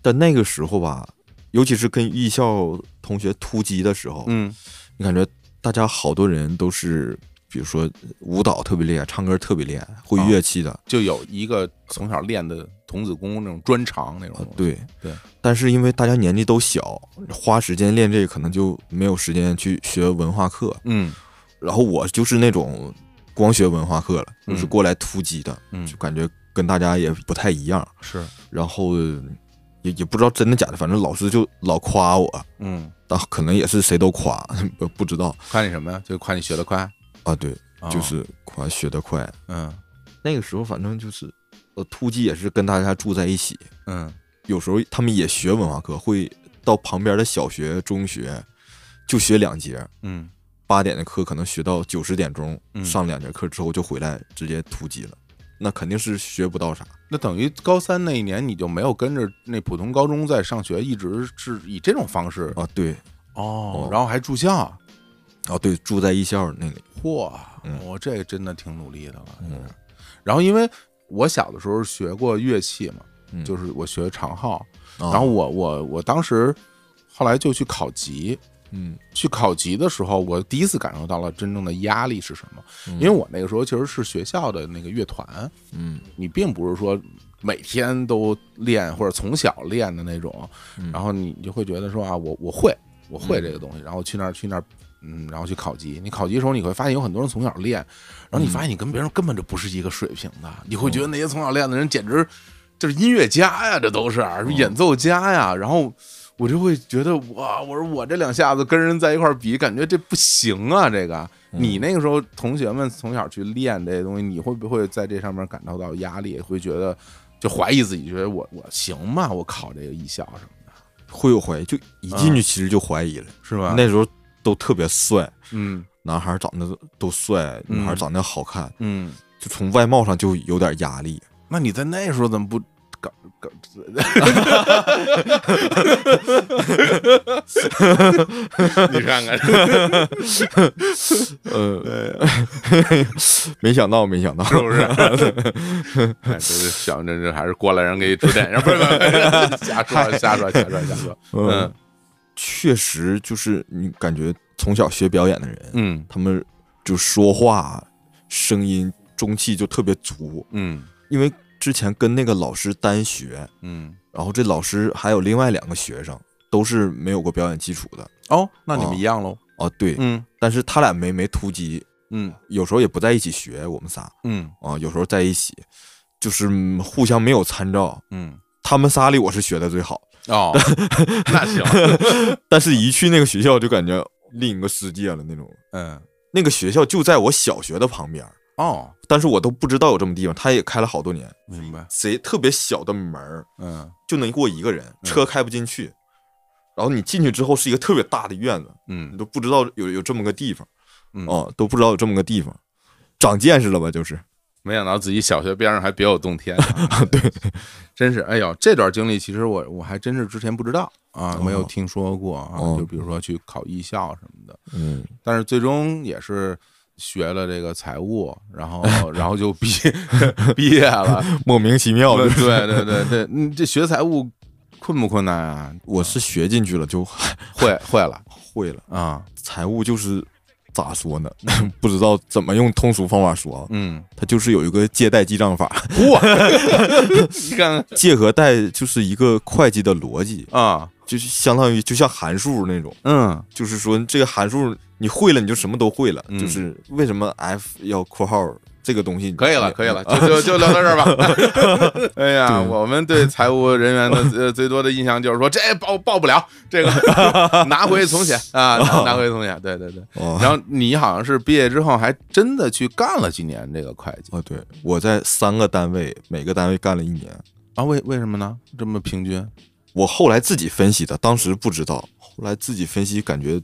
Speaker 1: 但那个时候吧，尤其是跟艺校同学突击的时候，
Speaker 2: 嗯
Speaker 1: 你感觉大家好多人都是，比如说舞蹈特别厉害，唱歌特别厉害，会乐器的，
Speaker 2: 就有一个从小练的童子功那种专长那种
Speaker 1: 啊
Speaker 2: 东西，
Speaker 1: 对
Speaker 2: 对。
Speaker 1: 但是因为大家年纪都小，花时间练这个可能就没有时间去学文化课。
Speaker 2: 嗯
Speaker 1: 然后我就是那种光学文化课了，
Speaker 2: 嗯
Speaker 1: 就是过来突击的，
Speaker 2: 嗯
Speaker 1: 就感觉跟大家也不太一样。
Speaker 2: 是
Speaker 1: 然后也也不知道真的假的，反正老师就老夸我，
Speaker 2: 嗯，
Speaker 1: 但可能也是谁都夸， 不不知道
Speaker 2: 夸你什么呀？就夸你学得快，
Speaker 1: 啊。对，
Speaker 2: 哦
Speaker 1: 就是夸学得快，
Speaker 2: 嗯
Speaker 1: 那个时候反正就是，呃，突击也是跟大家住在一起，
Speaker 2: 嗯
Speaker 1: 有时候他们也学文化课，会到旁边的小学、中学就学两节，
Speaker 2: 嗯，
Speaker 1: 八点的课可能学到九十点钟，
Speaker 2: 嗯
Speaker 1: 上两节课之后就回来直接突击了，那肯定是学不到啥。
Speaker 2: 那等于高三那一年你就没有跟着那普通高中在上学，一直是以这种方式
Speaker 1: 啊，对，
Speaker 2: 哦
Speaker 1: 哦
Speaker 2: 然后还住校。
Speaker 1: 啊对，住在艺校那里，
Speaker 2: 嚯，
Speaker 1: 嗯
Speaker 2: 我这真的挺努力的了。
Speaker 1: 嗯
Speaker 2: 就是然后因为我小的时候学过乐器嘛，
Speaker 1: 嗯
Speaker 2: 就是我学长号，
Speaker 1: 啊
Speaker 2: 然后我我我当时后来就去考级。
Speaker 1: 嗯，
Speaker 2: 去考级的时候，我第一次感受到了真正的压力是什么。
Speaker 1: 嗯
Speaker 2: 因为我那个时候其实是学校的那个乐团，
Speaker 1: 嗯
Speaker 2: 你并不是说每天都练或者从小练的那种，
Speaker 1: 嗯
Speaker 2: 然后你就会觉得说啊，我我会，我会这个东西，然后去那儿去那儿，嗯，然后去考级。你考级的时候，你会发现有很多人从小练，然后你发现你跟别人根本就不是一个水平的，你会觉得那些从小练的人简直就是音乐家呀，这都是啊演奏家呀，然后。我就会觉得哇，我说我这两下子跟人在一块儿比，感觉这不行啊！这个，你那个时候同学们从小去练这些东西，你会不会在这上面感受到压力？会觉得就怀疑自己，觉得我我行吗？我考这个艺校什么的，
Speaker 1: 会有怀疑，就一进去其实就怀疑了。
Speaker 2: 是吧？
Speaker 1: 那时候都特别帅，
Speaker 2: 嗯
Speaker 1: 男孩长得都帅，
Speaker 2: 嗯
Speaker 1: 女孩长得好看，
Speaker 2: 嗯，
Speaker 1: 就从外貌上就有点压力。
Speaker 2: 那你在那时候怎么不搞搞？ 你看看，
Speaker 1: 呃， 没想到，没想到，
Speaker 2: 是不是？ 哎，这是想这这还是过来人给你指点，不是不是， 瞎说瞎说瞎说瞎说。嗯
Speaker 1: 嗯，确实就是你感觉从小学表演的人，
Speaker 2: 嗯
Speaker 1: 他们就说话声音中气就特别足，
Speaker 2: 嗯
Speaker 1: 因为之前跟那个老师单学，
Speaker 2: 嗯。
Speaker 1: 然后这老师还有另外两个学生都是没有过表演基础的。
Speaker 2: 哦，那你
Speaker 1: 哦
Speaker 2: 们一样喽。
Speaker 1: 哦，对，
Speaker 2: 嗯
Speaker 1: 但是他俩没没突击，
Speaker 2: 嗯
Speaker 1: 有时候也不在一起学，我们仨
Speaker 2: 嗯
Speaker 1: 啊，有时候在一起，就是嗯互相没有参照。
Speaker 2: 嗯，
Speaker 1: 他们仨里我是学的最好，
Speaker 2: 哦，那行，
Speaker 1: 但是一去那个学校就感觉另一个世界了那种。
Speaker 2: 嗯，
Speaker 1: 那个学校就在我小学的旁边儿，
Speaker 2: 哦，
Speaker 1: 但是我都不知道有这么地方。他也开了好多年，
Speaker 2: 明白，
Speaker 1: 贼特别小的门儿
Speaker 2: 嗯
Speaker 1: 就能过一个人，车开不进去。然后你进去之后是一个特别大的院子，你
Speaker 2: 嗯
Speaker 1: 都不知道有有这么个地方，
Speaker 2: 嗯，，
Speaker 1: 哦，都不知道有这么个地方，长见识了吧？就是
Speaker 2: 没想到自己小学边上还别有洞天、啊，对，真是，哎呦，这段经历其实我我还真是之前不知道啊，
Speaker 1: 哦
Speaker 2: 没有听说过啊，
Speaker 1: 哦
Speaker 2: 就比如说去考艺校什么的，
Speaker 1: 嗯，
Speaker 2: 但是最终也是。学了这个财务，然 后然后就毕毕业了。
Speaker 1: 莫名其妙
Speaker 2: 对
Speaker 1: 的。
Speaker 2: 对对对，你这学财务困不困难啊？
Speaker 1: 我是学进去了就
Speaker 2: 会会了
Speaker 1: 会了，
Speaker 2: 啊，
Speaker 1: 财务就是咋说呢？ 不知道怎么用通俗方法说啊，
Speaker 2: 嗯，
Speaker 1: 它就是有一个借贷记账法，
Speaker 2: 嚯， 你看
Speaker 1: 借和贷就是一个会计的逻辑，
Speaker 2: 看啊，
Speaker 1: 就是相当于就像函数那种，
Speaker 2: 嗯
Speaker 1: 就是说这个函数你会了，你就什么都会了。
Speaker 2: 嗯
Speaker 1: 就是为什么 F 要括号这个东西？
Speaker 2: 可以了，可以了，就就就聊到这儿吧。 哎呀，我们对财务人员的呃最多的印象就是说，这报报不了，这 个拿回从简啊，拿拿回从简。对对对。
Speaker 1: 哦
Speaker 2: 然后你好像是毕业之后还真的去干了几年这个会计
Speaker 1: 哦，对，我在三个单位，每个单位干了一年。
Speaker 2: 啊？为为什么呢？这么平均？
Speaker 1: 我后来自己分析的，当时不知道，后来自己分析，感觉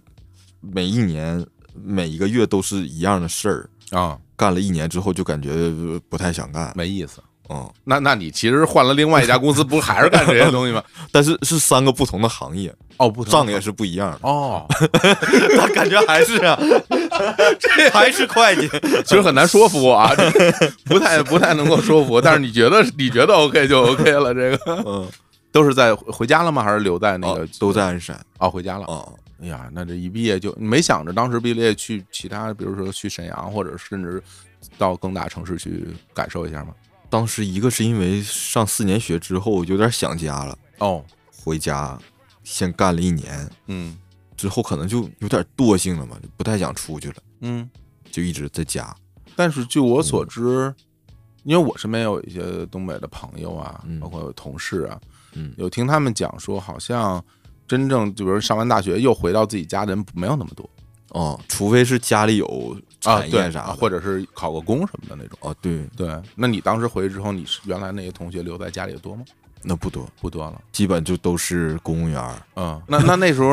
Speaker 1: 每一年、每一个月都是一样的事儿，
Speaker 2: 啊，
Speaker 1: 干了一年之后就感觉呃不太想干，
Speaker 2: 没意思。
Speaker 1: 嗯，
Speaker 2: 那那你其实换了另外一家公司，不还是干这些东西吗？
Speaker 1: 但是是三个不同的行业，
Speaker 2: 哦， 不同，
Speaker 1: 账也是不一样的
Speaker 2: 哦，
Speaker 1: 但感觉还是啊， 这还是会计，
Speaker 2: 其实很难说服我啊， 这个不太不太能够说 服我。但是你觉得你觉得 OK 就 OK 了，这个
Speaker 1: 嗯，
Speaker 2: 都是在回家了吗？还是留在那个
Speaker 1: 哦都在鞍山
Speaker 2: 哦回家了？
Speaker 1: 啊，
Speaker 2: 哎呀，那这一毕业就你没想着当时毕业去其他，比如说去沈阳，或者甚至到更大城市去感受一下吗？
Speaker 1: 当时一个是因为上四年学之后有点想家了，
Speaker 2: 哦，
Speaker 1: 回家先干了一年，
Speaker 2: 嗯
Speaker 1: 之后可能就有点惰性了嘛，就不太想出去了，
Speaker 2: 嗯。
Speaker 1: 就一直在家。
Speaker 2: 但是据我所知，
Speaker 1: 嗯
Speaker 2: 因为我身边有一些东北的朋友啊，
Speaker 1: 嗯
Speaker 2: 包括有同事啊，
Speaker 1: 嗯
Speaker 2: 有听他们讲说，好像真正就比如上完大学又回到自己家的人没有那么多
Speaker 1: 哦，除非是家里有
Speaker 2: 啊，
Speaker 1: 产
Speaker 2: 对
Speaker 1: 业啥
Speaker 2: 啊
Speaker 1: 的，
Speaker 2: 或者是考个公什么的那种。
Speaker 1: 哦，对，
Speaker 2: 对，那你当时回去之后，你是原来那些同学留在家里的多吗？
Speaker 1: 那不多，
Speaker 2: 不多了。
Speaker 1: 基本就都是公务员儿。
Speaker 2: 嗯，那那那时候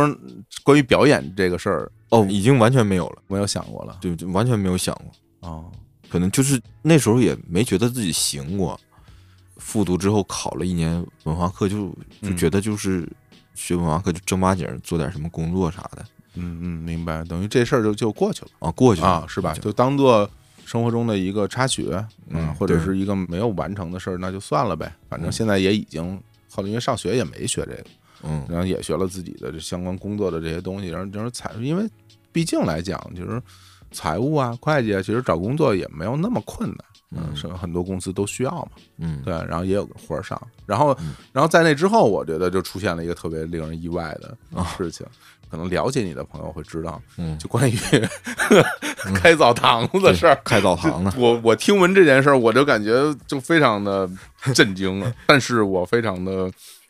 Speaker 2: 关于表演这个事儿，
Speaker 1: 哦，已经完全没有了，
Speaker 2: 没有想过了。
Speaker 1: 对，就完全没有想过，
Speaker 2: 哦，
Speaker 1: 可能就是那时候也没觉得自己行过。复读之后考了一年文化课就，就
Speaker 2: 嗯
Speaker 1: 觉得就是学文化课就正八经儿做点什么工作啥的
Speaker 2: 嗯嗯，明白，等于这事儿就就过去了
Speaker 1: 啊，过去了
Speaker 2: 啊，是吧？
Speaker 1: 就
Speaker 2: 就当做生活中的一个插曲，嗯，
Speaker 1: 嗯
Speaker 2: 或者
Speaker 1: 对
Speaker 2: 是一个没有完成的事儿，那就算了呗。反正
Speaker 1: 嗯
Speaker 2: 现在也已经后来因为上学也没学这个。
Speaker 1: 嗯
Speaker 2: 然后也学了自己的这相关工作的这些东西，然后就是财，因为毕竟来讲，就是财务啊、会计啊，其实找工作也没有那么困难，
Speaker 1: 嗯
Speaker 2: 是很多公司都需要嘛，
Speaker 1: 嗯
Speaker 2: 对，然后也有个活儿上，然后
Speaker 1: 嗯，
Speaker 2: 然后在那之后，我觉得就出现了一个特别令人意外的
Speaker 1: 啊
Speaker 2: 事情，可能了解你的朋友会知道，
Speaker 1: 嗯，
Speaker 2: 就关于 开澡堂子的事儿
Speaker 1: 对。开澡堂 啊，
Speaker 2: 我我听闻这件事儿，我就感觉就非常的震惊了，但是我非常的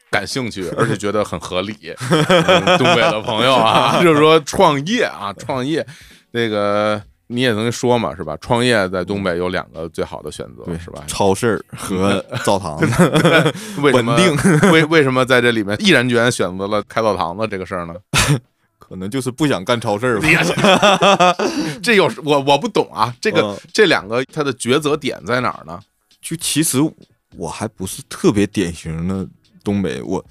Speaker 2: 感兴趣，而且觉得很合 理。嗯东北的朋友啊，就是说创业啊，创业那个你也能说嘛，是吧？创业在东北有两个最好的选择，
Speaker 1: 对，
Speaker 2: 是吧？嗯
Speaker 1: 超市儿和 澡堂啊 子，
Speaker 2: 为什么
Speaker 1: 稳
Speaker 2: 为为什么在这里面毅然决然选择了开澡堂子这个事儿呢？
Speaker 1: 可能就是不想干超市儿吧
Speaker 2: 哎。呀，这有我我不懂啊，这个
Speaker 1: 嗯
Speaker 2: 这两个它的抉择点在哪儿呢？
Speaker 1: 就其实我还不是特别典型的东北，我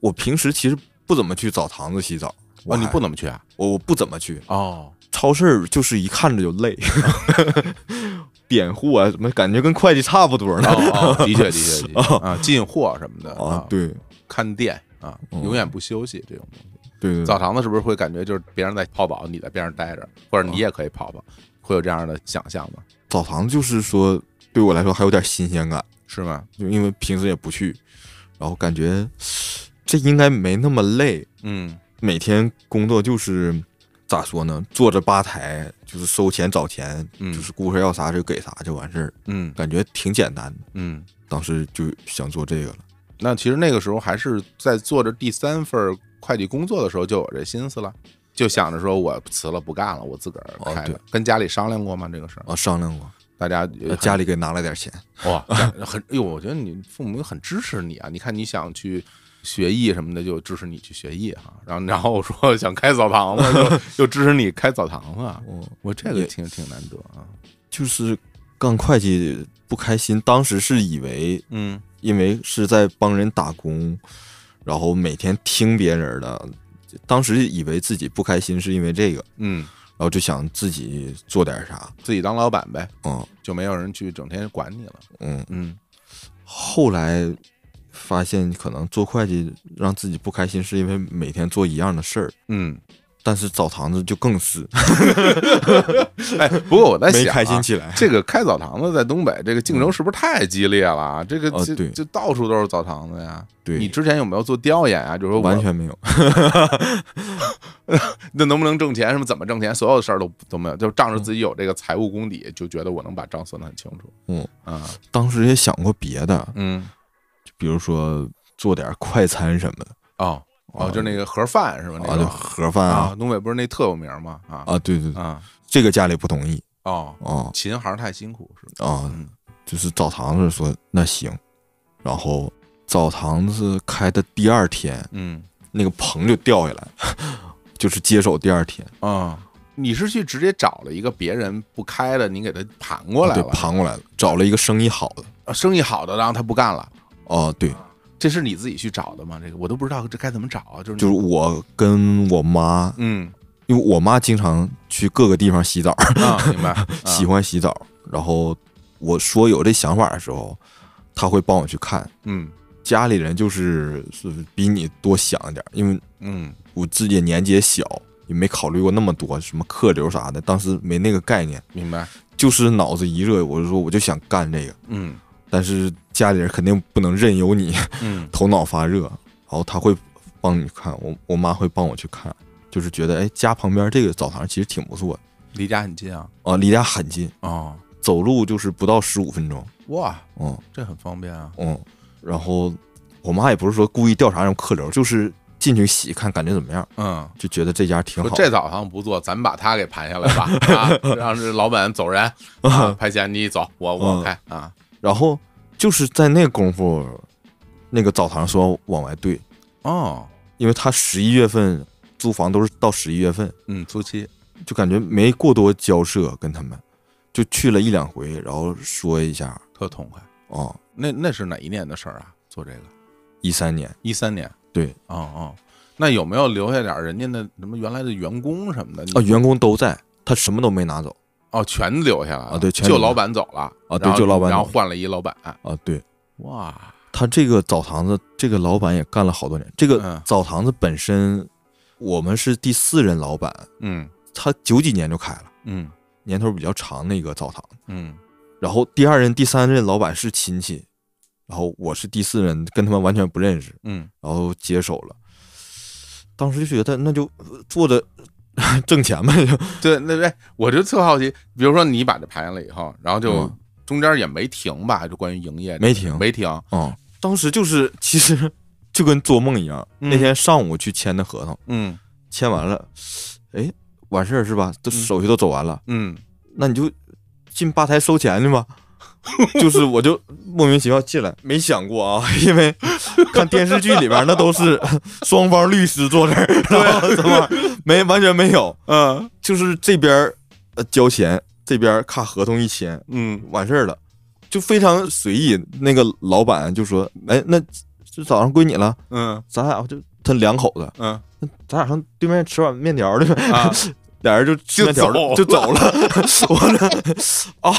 Speaker 1: 我平时其实不怎么去澡堂子洗澡。我
Speaker 2: 哦，你
Speaker 1: 还
Speaker 2: 不怎么去啊？
Speaker 1: 我我不怎么去
Speaker 2: 哦。
Speaker 1: 超市，儿，就是一看着就累， 点货啊什么，感觉跟会计差不多呢。
Speaker 2: 哦，哦，的确的确的确啊，进货什么的
Speaker 1: 啊，，对
Speaker 2: 看店啊，
Speaker 1: 嗯
Speaker 2: 永远不休息这种东西。
Speaker 1: 对对，
Speaker 2: 澡堂子是不是会感觉就是别人在泡澡，你在边上待着，或者
Speaker 1: 哦
Speaker 2: 你也可以泡泡，会有这样的想象吗？
Speaker 1: 澡堂就是说对我来说还有点新鲜感，
Speaker 2: 是吗？
Speaker 1: 就因为平时也不去，然后感觉这应该没那么累，
Speaker 2: 嗯
Speaker 1: 每天工作就是咋说呢？坐着吧台就是收钱找钱，
Speaker 2: 嗯
Speaker 1: 就是顾客要啥就给啥就完事儿，
Speaker 2: 嗯
Speaker 1: 感觉挺简单的。
Speaker 2: 嗯，
Speaker 1: 当时就想做这个了。
Speaker 2: 那其实那个时候还是在做着第三份会计工作的时候就有这心思了，就想着说我辞了不干了，我自个儿
Speaker 1: 哦
Speaker 2: 开了。
Speaker 1: 对
Speaker 2: 跟家里商量过吗？这个事儿，
Speaker 1: 啊，商量过，
Speaker 2: 大家
Speaker 1: 呃家里给拿了点钱，
Speaker 2: 哇，很哎呦，我觉得你父母很支持你啊！你看你想去学艺什么的，就支持你去学艺哈、然后然后我说 想开澡堂子，就就支持你开澡堂子。啊
Speaker 1: 嗯，
Speaker 2: 我这个
Speaker 1: 也
Speaker 2: 挺挺难得啊。
Speaker 1: 就是干会计不开心，当时是以为
Speaker 2: 嗯
Speaker 1: 因为是在帮人打工，然后每天听别人的，当时以为自己不开心是因为这个，
Speaker 2: 嗯，
Speaker 1: 然后就想自己做点啥，
Speaker 2: 自己当老板呗，
Speaker 1: 嗯
Speaker 2: 就没有人去整天管你了。
Speaker 1: 嗯，
Speaker 2: 嗯
Speaker 1: 后来。发现可能做会计让自己不开心，是因为每天做一样的事儿，
Speaker 2: 嗯，
Speaker 1: 但是澡堂子就更是
Speaker 2: 哎，不过我在
Speaker 1: 没
Speaker 2: 想、啊，
Speaker 1: 开心起 来。
Speaker 2: 这个开澡堂子在东北，这个竞争是不是太激烈了啊？这个
Speaker 1: 哦
Speaker 2: 这
Speaker 1: 对
Speaker 2: 这到处都是澡堂子呀。
Speaker 1: 对
Speaker 2: 你之前有没有做调研啊？就是说我
Speaker 1: 完全没有，
Speaker 2: 那能不能挣钱，什么怎么挣钱，所有的事儿都都没有，就仗着自己有这个财务功底，就觉得我能把账算得很清楚。
Speaker 1: 嗯
Speaker 2: 啊
Speaker 1: 当时也想过别的，
Speaker 2: 嗯
Speaker 1: 比如说做点快餐什么的
Speaker 2: 哦哦，
Speaker 1: 啊
Speaker 2: 就那个盒饭是吧？那
Speaker 1: 啊，
Speaker 2: 个
Speaker 1: 就盒饭
Speaker 2: 啊，
Speaker 1: 啊
Speaker 2: 东北不是那特有名吗？啊
Speaker 1: 啊，对对对，
Speaker 2: 啊
Speaker 1: 这个家里不同意
Speaker 2: 哦，
Speaker 1: 啊
Speaker 2: 琴行太辛苦是吧？
Speaker 1: 啊，
Speaker 2: 嗯
Speaker 1: 就是澡堂子说那行，然后澡堂子开的第二天，
Speaker 2: 嗯
Speaker 1: 那个棚就掉下来， 就是接手第二天
Speaker 2: 啊，你是去直接找了一个别人不开的，你给他盘过来
Speaker 1: 对
Speaker 2: 了，
Speaker 1: 盘过来了，找了一个生意好的
Speaker 2: 啊生意好的，然后他不干了。
Speaker 1: 啊，对，
Speaker 2: 这是你自己去找的吗？这个我都不知道这该怎么找啊，就是你
Speaker 1: 就是我跟我妈，
Speaker 2: 嗯
Speaker 1: 因为我妈经常去各个地方洗澡，
Speaker 2: 啊，明白，啊
Speaker 1: 喜欢洗澡，然后我说有这想法的时候，她会帮我去看。
Speaker 2: 嗯
Speaker 1: 家里人就是是比你多想一点儿，因为
Speaker 2: 嗯
Speaker 1: 我自己年纪也小，也没考虑过那么多什么客流啥的，当时没那个概念，
Speaker 2: 明白，
Speaker 1: 就是脑子一热，我就说我就想干这个，
Speaker 2: 嗯
Speaker 1: 但是家里人肯定不能任由你
Speaker 2: 嗯
Speaker 1: 头脑发热，然后他会帮你看，我我妈会帮我去看，就是觉得哎家旁边这个澡堂其实挺不错的
Speaker 2: 离家很近啊。
Speaker 1: 啊，离家很近，
Speaker 2: 哦，
Speaker 1: 走路就是不到十五分钟，
Speaker 2: 哇，
Speaker 1: 嗯
Speaker 2: 这很方便啊。
Speaker 1: 嗯，然后我妈也不是说故意调查那种客流，就是进去洗看感觉怎么样。
Speaker 2: 嗯，
Speaker 1: 就觉得这家挺
Speaker 2: 说
Speaker 1: 好。
Speaker 2: 这澡堂不做，咱们把他给盘 下来吧，啊，让这老板走人，啊、拍钱你走，我我
Speaker 1: 嗯
Speaker 2: 开啊。
Speaker 1: 然后就是在那功夫，那个澡堂说往外兑，
Speaker 2: 哦，
Speaker 1: 因为他十一月份租房都是到十一月份，
Speaker 2: 嗯，租期，
Speaker 1: 就感觉没过多交涉跟他们，就去了一两回，然后说一下
Speaker 2: 特痛快。
Speaker 1: 哦，
Speaker 2: 那那是哪一年的事儿啊？做这个
Speaker 1: 一三年
Speaker 2: 一三年。
Speaker 1: 对
Speaker 2: 哦哦，那有没有留下点儿人家的什么原来的员工什么的？你
Speaker 1: 啊，员工都在，他什么都没拿走
Speaker 2: 哦，全留下来了
Speaker 1: 啊对全
Speaker 2: 就
Speaker 1: 留下
Speaker 2: 老板走了
Speaker 1: 啊对
Speaker 2: 然后
Speaker 1: 就老板
Speaker 2: 然后
Speaker 1: 走
Speaker 2: 换了一老板。
Speaker 1: 啊。对
Speaker 2: 哇，
Speaker 1: 他这个澡堂子，这个老板也干了好多年。这个
Speaker 2: 嗯
Speaker 1: 澡堂子本身，我们是第四任老板，
Speaker 2: 嗯
Speaker 1: 他九几年就开了，
Speaker 2: 嗯
Speaker 1: 年头比较长的一个澡堂。
Speaker 2: 嗯，
Speaker 1: 然后第二任、第三任老板是亲戚，然后我是第四任，跟他们完全不认识，
Speaker 2: 嗯，
Speaker 1: 然后接手了。当时就觉得那 就呃做着挣钱呗，就
Speaker 2: 对，那哎，我就特好奇，比如说你把这盘下来以后，然后就
Speaker 1: 嗯
Speaker 2: 中间也没停吧，就关于营业这
Speaker 1: 没
Speaker 2: 个
Speaker 1: 停
Speaker 2: 没停，
Speaker 1: 嗯，当时就是其实就跟做梦一样。
Speaker 2: 嗯
Speaker 1: 那天上午去签的合同，
Speaker 2: 嗯
Speaker 1: 签完了，哎，完事儿是吧？都
Speaker 2: 嗯
Speaker 1: 手续都走完了，
Speaker 2: 嗯
Speaker 1: 那你就进吧台收钱去吧。 就是我就莫名其妙进来，没想过啊， 因为看电视剧里边那都是 双方律师坐这儿，
Speaker 2: 啊
Speaker 1: 然后什么没完全没有，
Speaker 2: 嗯
Speaker 1: 就是这边儿呃交钱，这边儿看合同一签，
Speaker 2: 嗯
Speaker 1: 完事儿了，就非常随意。那个老板就说：“哎，那这早上归你了，
Speaker 2: 嗯
Speaker 1: 咱俩就他两口子，
Speaker 2: 嗯，
Speaker 1: 咱俩上对面吃碗面条去呗。”
Speaker 2: 啊，
Speaker 1: 俩人就
Speaker 2: 就
Speaker 1: 吃面条
Speaker 2: 走了
Speaker 1: 就 走了。我呢，啊，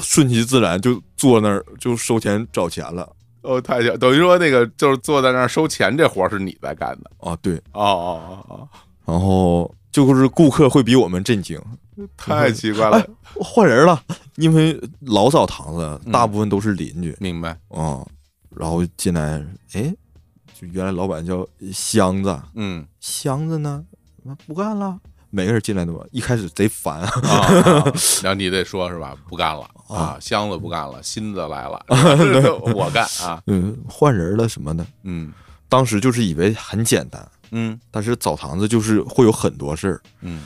Speaker 1: 顺其自然就坐那儿就收钱找钱了。
Speaker 2: 哦，太巧，等于说那个就是坐在那儿收钱这活儿是你在干的，
Speaker 1: 啊，对，
Speaker 2: 哦哦哦
Speaker 1: 然后就是顾客会比我们震惊，
Speaker 2: 哦，太奇 怪了，
Speaker 1: 换人了，因为老澡堂子
Speaker 2: 嗯
Speaker 1: 大部分都是邻居
Speaker 2: 明白，
Speaker 1: 啊、然后进来，哎，就原来老板叫箱子，
Speaker 2: 嗯
Speaker 1: 箱子呢妈不干了。每个人进来的嘛，一开始贼烦啊，
Speaker 2: 啊，啊然后你得说是吧？不干了啊，箱子不干了，新的 来了，是吧我干啊，
Speaker 1: 嗯，换人了什么的。
Speaker 2: 嗯
Speaker 1: 当时就是以为很简单，
Speaker 2: 嗯
Speaker 1: 但是澡堂子就是会有很多事儿，
Speaker 2: 嗯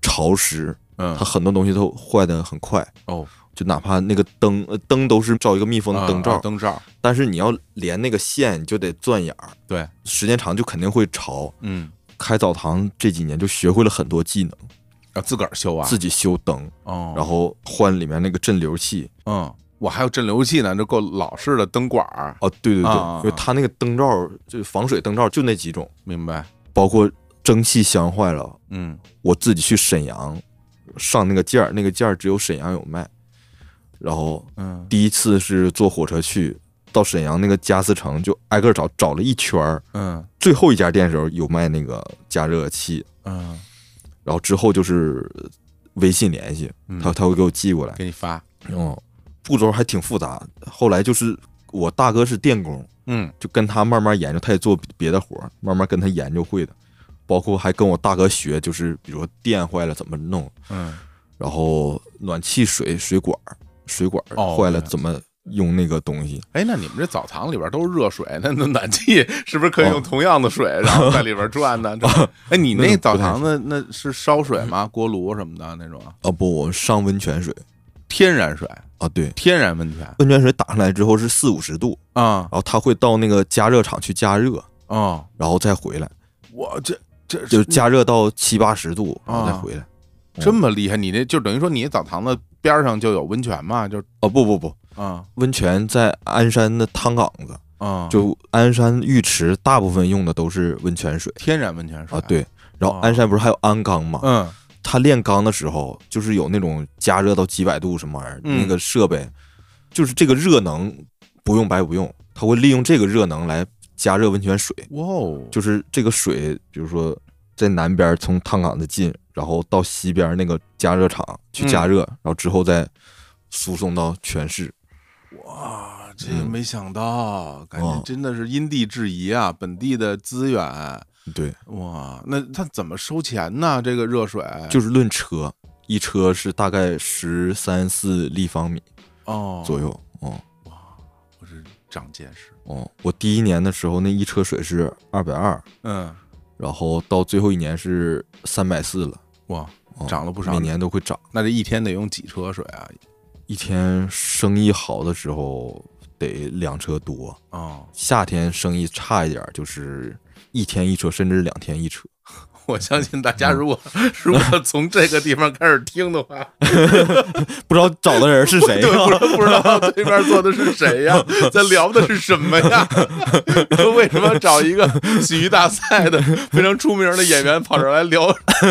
Speaker 1: 潮湿，它
Speaker 2: 嗯，
Speaker 1: 很多东西都坏的很快。
Speaker 2: 哦，
Speaker 1: 就哪怕那个灯，呃灯都是照一个密封的灯罩，
Speaker 2: 啊灯罩，
Speaker 1: 但是你要连那个线，你就得钻眼儿，
Speaker 2: 对，
Speaker 1: 时间长就肯定会潮。
Speaker 2: 嗯，
Speaker 1: 开澡堂这几年就学会了很多技能，
Speaker 2: 要自个儿修啊，
Speaker 1: 自己修灯，
Speaker 2: 哦，
Speaker 1: 然后换里面那个镇流器。
Speaker 2: 嗯，我还有镇流器呢，这够老式的灯管儿，
Speaker 1: 哦，对对对，
Speaker 2: 啊啊啊
Speaker 1: 因为它那个灯罩就防水灯罩就那几种，
Speaker 2: 明白？
Speaker 1: 包括蒸汽箱坏了，
Speaker 2: 嗯，
Speaker 1: 我自己去沈阳上那个件儿，那个件儿只有沈阳有卖。然后
Speaker 2: 嗯
Speaker 1: 第一次是坐火车去到沈阳那个加斯城，就挨个找，找了一圈儿，
Speaker 2: 嗯
Speaker 1: 最后一家店的时候有卖那个加热器，
Speaker 2: 嗯，
Speaker 1: 然后之后就是呃微信联系，
Speaker 2: 嗯
Speaker 1: 他他会给我寄过来。
Speaker 2: 给你发，
Speaker 1: 嗯，步骤还挺复杂。后来就是我大哥是电工，
Speaker 2: 嗯
Speaker 1: 就跟他慢慢研究，他也做别的活儿，慢慢跟他研究会的，包括还跟我大哥学，就是比如说电坏了怎么弄，
Speaker 2: 嗯
Speaker 1: 然后暖气水水管儿水管儿
Speaker 2: 哦
Speaker 1: 坏了
Speaker 2: 对
Speaker 1: 怎么用那个东西。
Speaker 2: 哎，那你们这澡堂里边都是热水，那那暖气是不是可以
Speaker 1: 哦
Speaker 2: 用同样的水，然后在里边转呢？这哎，你那
Speaker 1: 那
Speaker 2: 澡
Speaker 1: 不太
Speaker 2: 堂子那是烧水 吗？锅炉什么的那种啊？
Speaker 1: 啊不，我上温泉水
Speaker 2: 天然水，
Speaker 1: 啊，对，
Speaker 2: 天然温泉
Speaker 1: 温泉水打上来之后是四五十度，
Speaker 2: 啊
Speaker 1: 然后他会到那个加热厂去加热，
Speaker 2: 哦，
Speaker 1: 然后再回来，
Speaker 2: 我这这
Speaker 1: 就是加热到七八十度，然后再
Speaker 2: 啊
Speaker 1: 回来。
Speaker 2: 这么厉害，你那就等于说你澡堂子边上就有温泉嘛？就
Speaker 1: 哦不不不，
Speaker 2: 啊
Speaker 1: 温泉在鞍山的汤岗子，
Speaker 2: 啊，
Speaker 1: 就鞍山浴池大部分用的都是温泉水
Speaker 2: 天然温泉水
Speaker 1: 啊，对。然后
Speaker 2: 哦
Speaker 1: 鞍山不是还有鞍钢嘛？
Speaker 2: 嗯
Speaker 1: 他炼钢的时候，就是有那种加热到几百度什么玩意儿，
Speaker 2: 嗯
Speaker 1: 那个设备，就是这个热能不用白不用，他会利用这个热能来加热温泉水。
Speaker 2: 哇哦，
Speaker 1: 就是这个水，比如说在南边从汤岗子进，然后到西边那个加热厂去加
Speaker 2: 嗯
Speaker 1: 热，然后之后再输送到全市。
Speaker 2: 哇，这
Speaker 1: 嗯
Speaker 2: 没想到，感觉
Speaker 1: 哦
Speaker 2: 真的是因地制宜啊，本地的资源。
Speaker 1: 对，
Speaker 2: 哎哇，那他怎么收钱呢？这个热水
Speaker 1: 就是论车，一车是大概十三四立方米
Speaker 2: 哦，
Speaker 1: 左右。哦
Speaker 2: 我是长见识。
Speaker 1: 哦，我第一年的时候那一车水是二百二，
Speaker 2: 嗯，
Speaker 1: 然后到最后一年是三百四了，
Speaker 2: 哇，
Speaker 1: 哦
Speaker 2: 涨了不
Speaker 1: 每
Speaker 2: 少。
Speaker 1: 年都会涨。
Speaker 2: 那这一天得用几车水啊？
Speaker 1: 一天生意好的时候得两车多，
Speaker 2: 哦，
Speaker 1: 夏天生意差一点儿，就是一天一车，甚至两天一车。
Speaker 2: 我相信大家如果 如果从这个地方开始听的话，
Speaker 1: 不知道找的人是谁啊
Speaker 2: 对，不知不知道对面坐的是谁 呀？在聊的是什么呀？为什么找一个喜剧大赛的非常出名的演员跑这儿来聊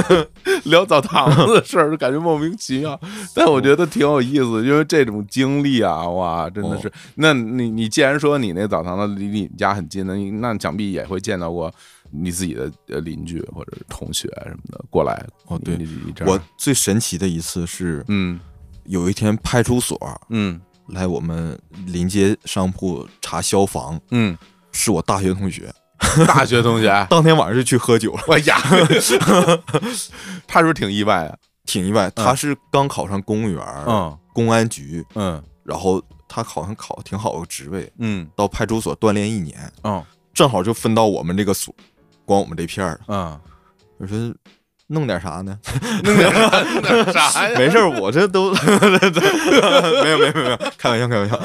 Speaker 2: 聊澡堂子的事儿？感觉莫名其妙，但我觉得挺有意思，因为这种经历啊，哇，真
Speaker 1: 哦
Speaker 2: 的是。那你你既然说你那澡堂子离你们家很近的，你那想必也会见到过。你自己的呃邻居或者是同学什么的过来
Speaker 1: 哦对
Speaker 2: 你你你这儿
Speaker 1: 我最神奇的一次是，
Speaker 2: 嗯
Speaker 1: 有一天派出所
Speaker 2: 嗯
Speaker 1: 来我们临街商铺查消防，
Speaker 2: 嗯，
Speaker 1: 是我大学同学，
Speaker 2: 大学同学，啊
Speaker 1: 当天晚上就去喝酒了，
Speaker 2: 我哎呀，他是不是挺意外啊？
Speaker 1: 挺意外。他是刚考上公务员，
Speaker 2: 嗯
Speaker 1: 公安局，
Speaker 2: 嗯
Speaker 1: 然后他好像考挺好个职位，
Speaker 2: 嗯
Speaker 1: 到派出所锻炼一年，
Speaker 2: 哦
Speaker 1: 正好就分到我们这个所，管我们这片儿了。
Speaker 2: 嗯，
Speaker 1: 我说弄点啥呢？
Speaker 2: 弄点啥弄点啥呀？
Speaker 1: 没事儿，我这都 没有没有没有没有，开玩笑开玩笑，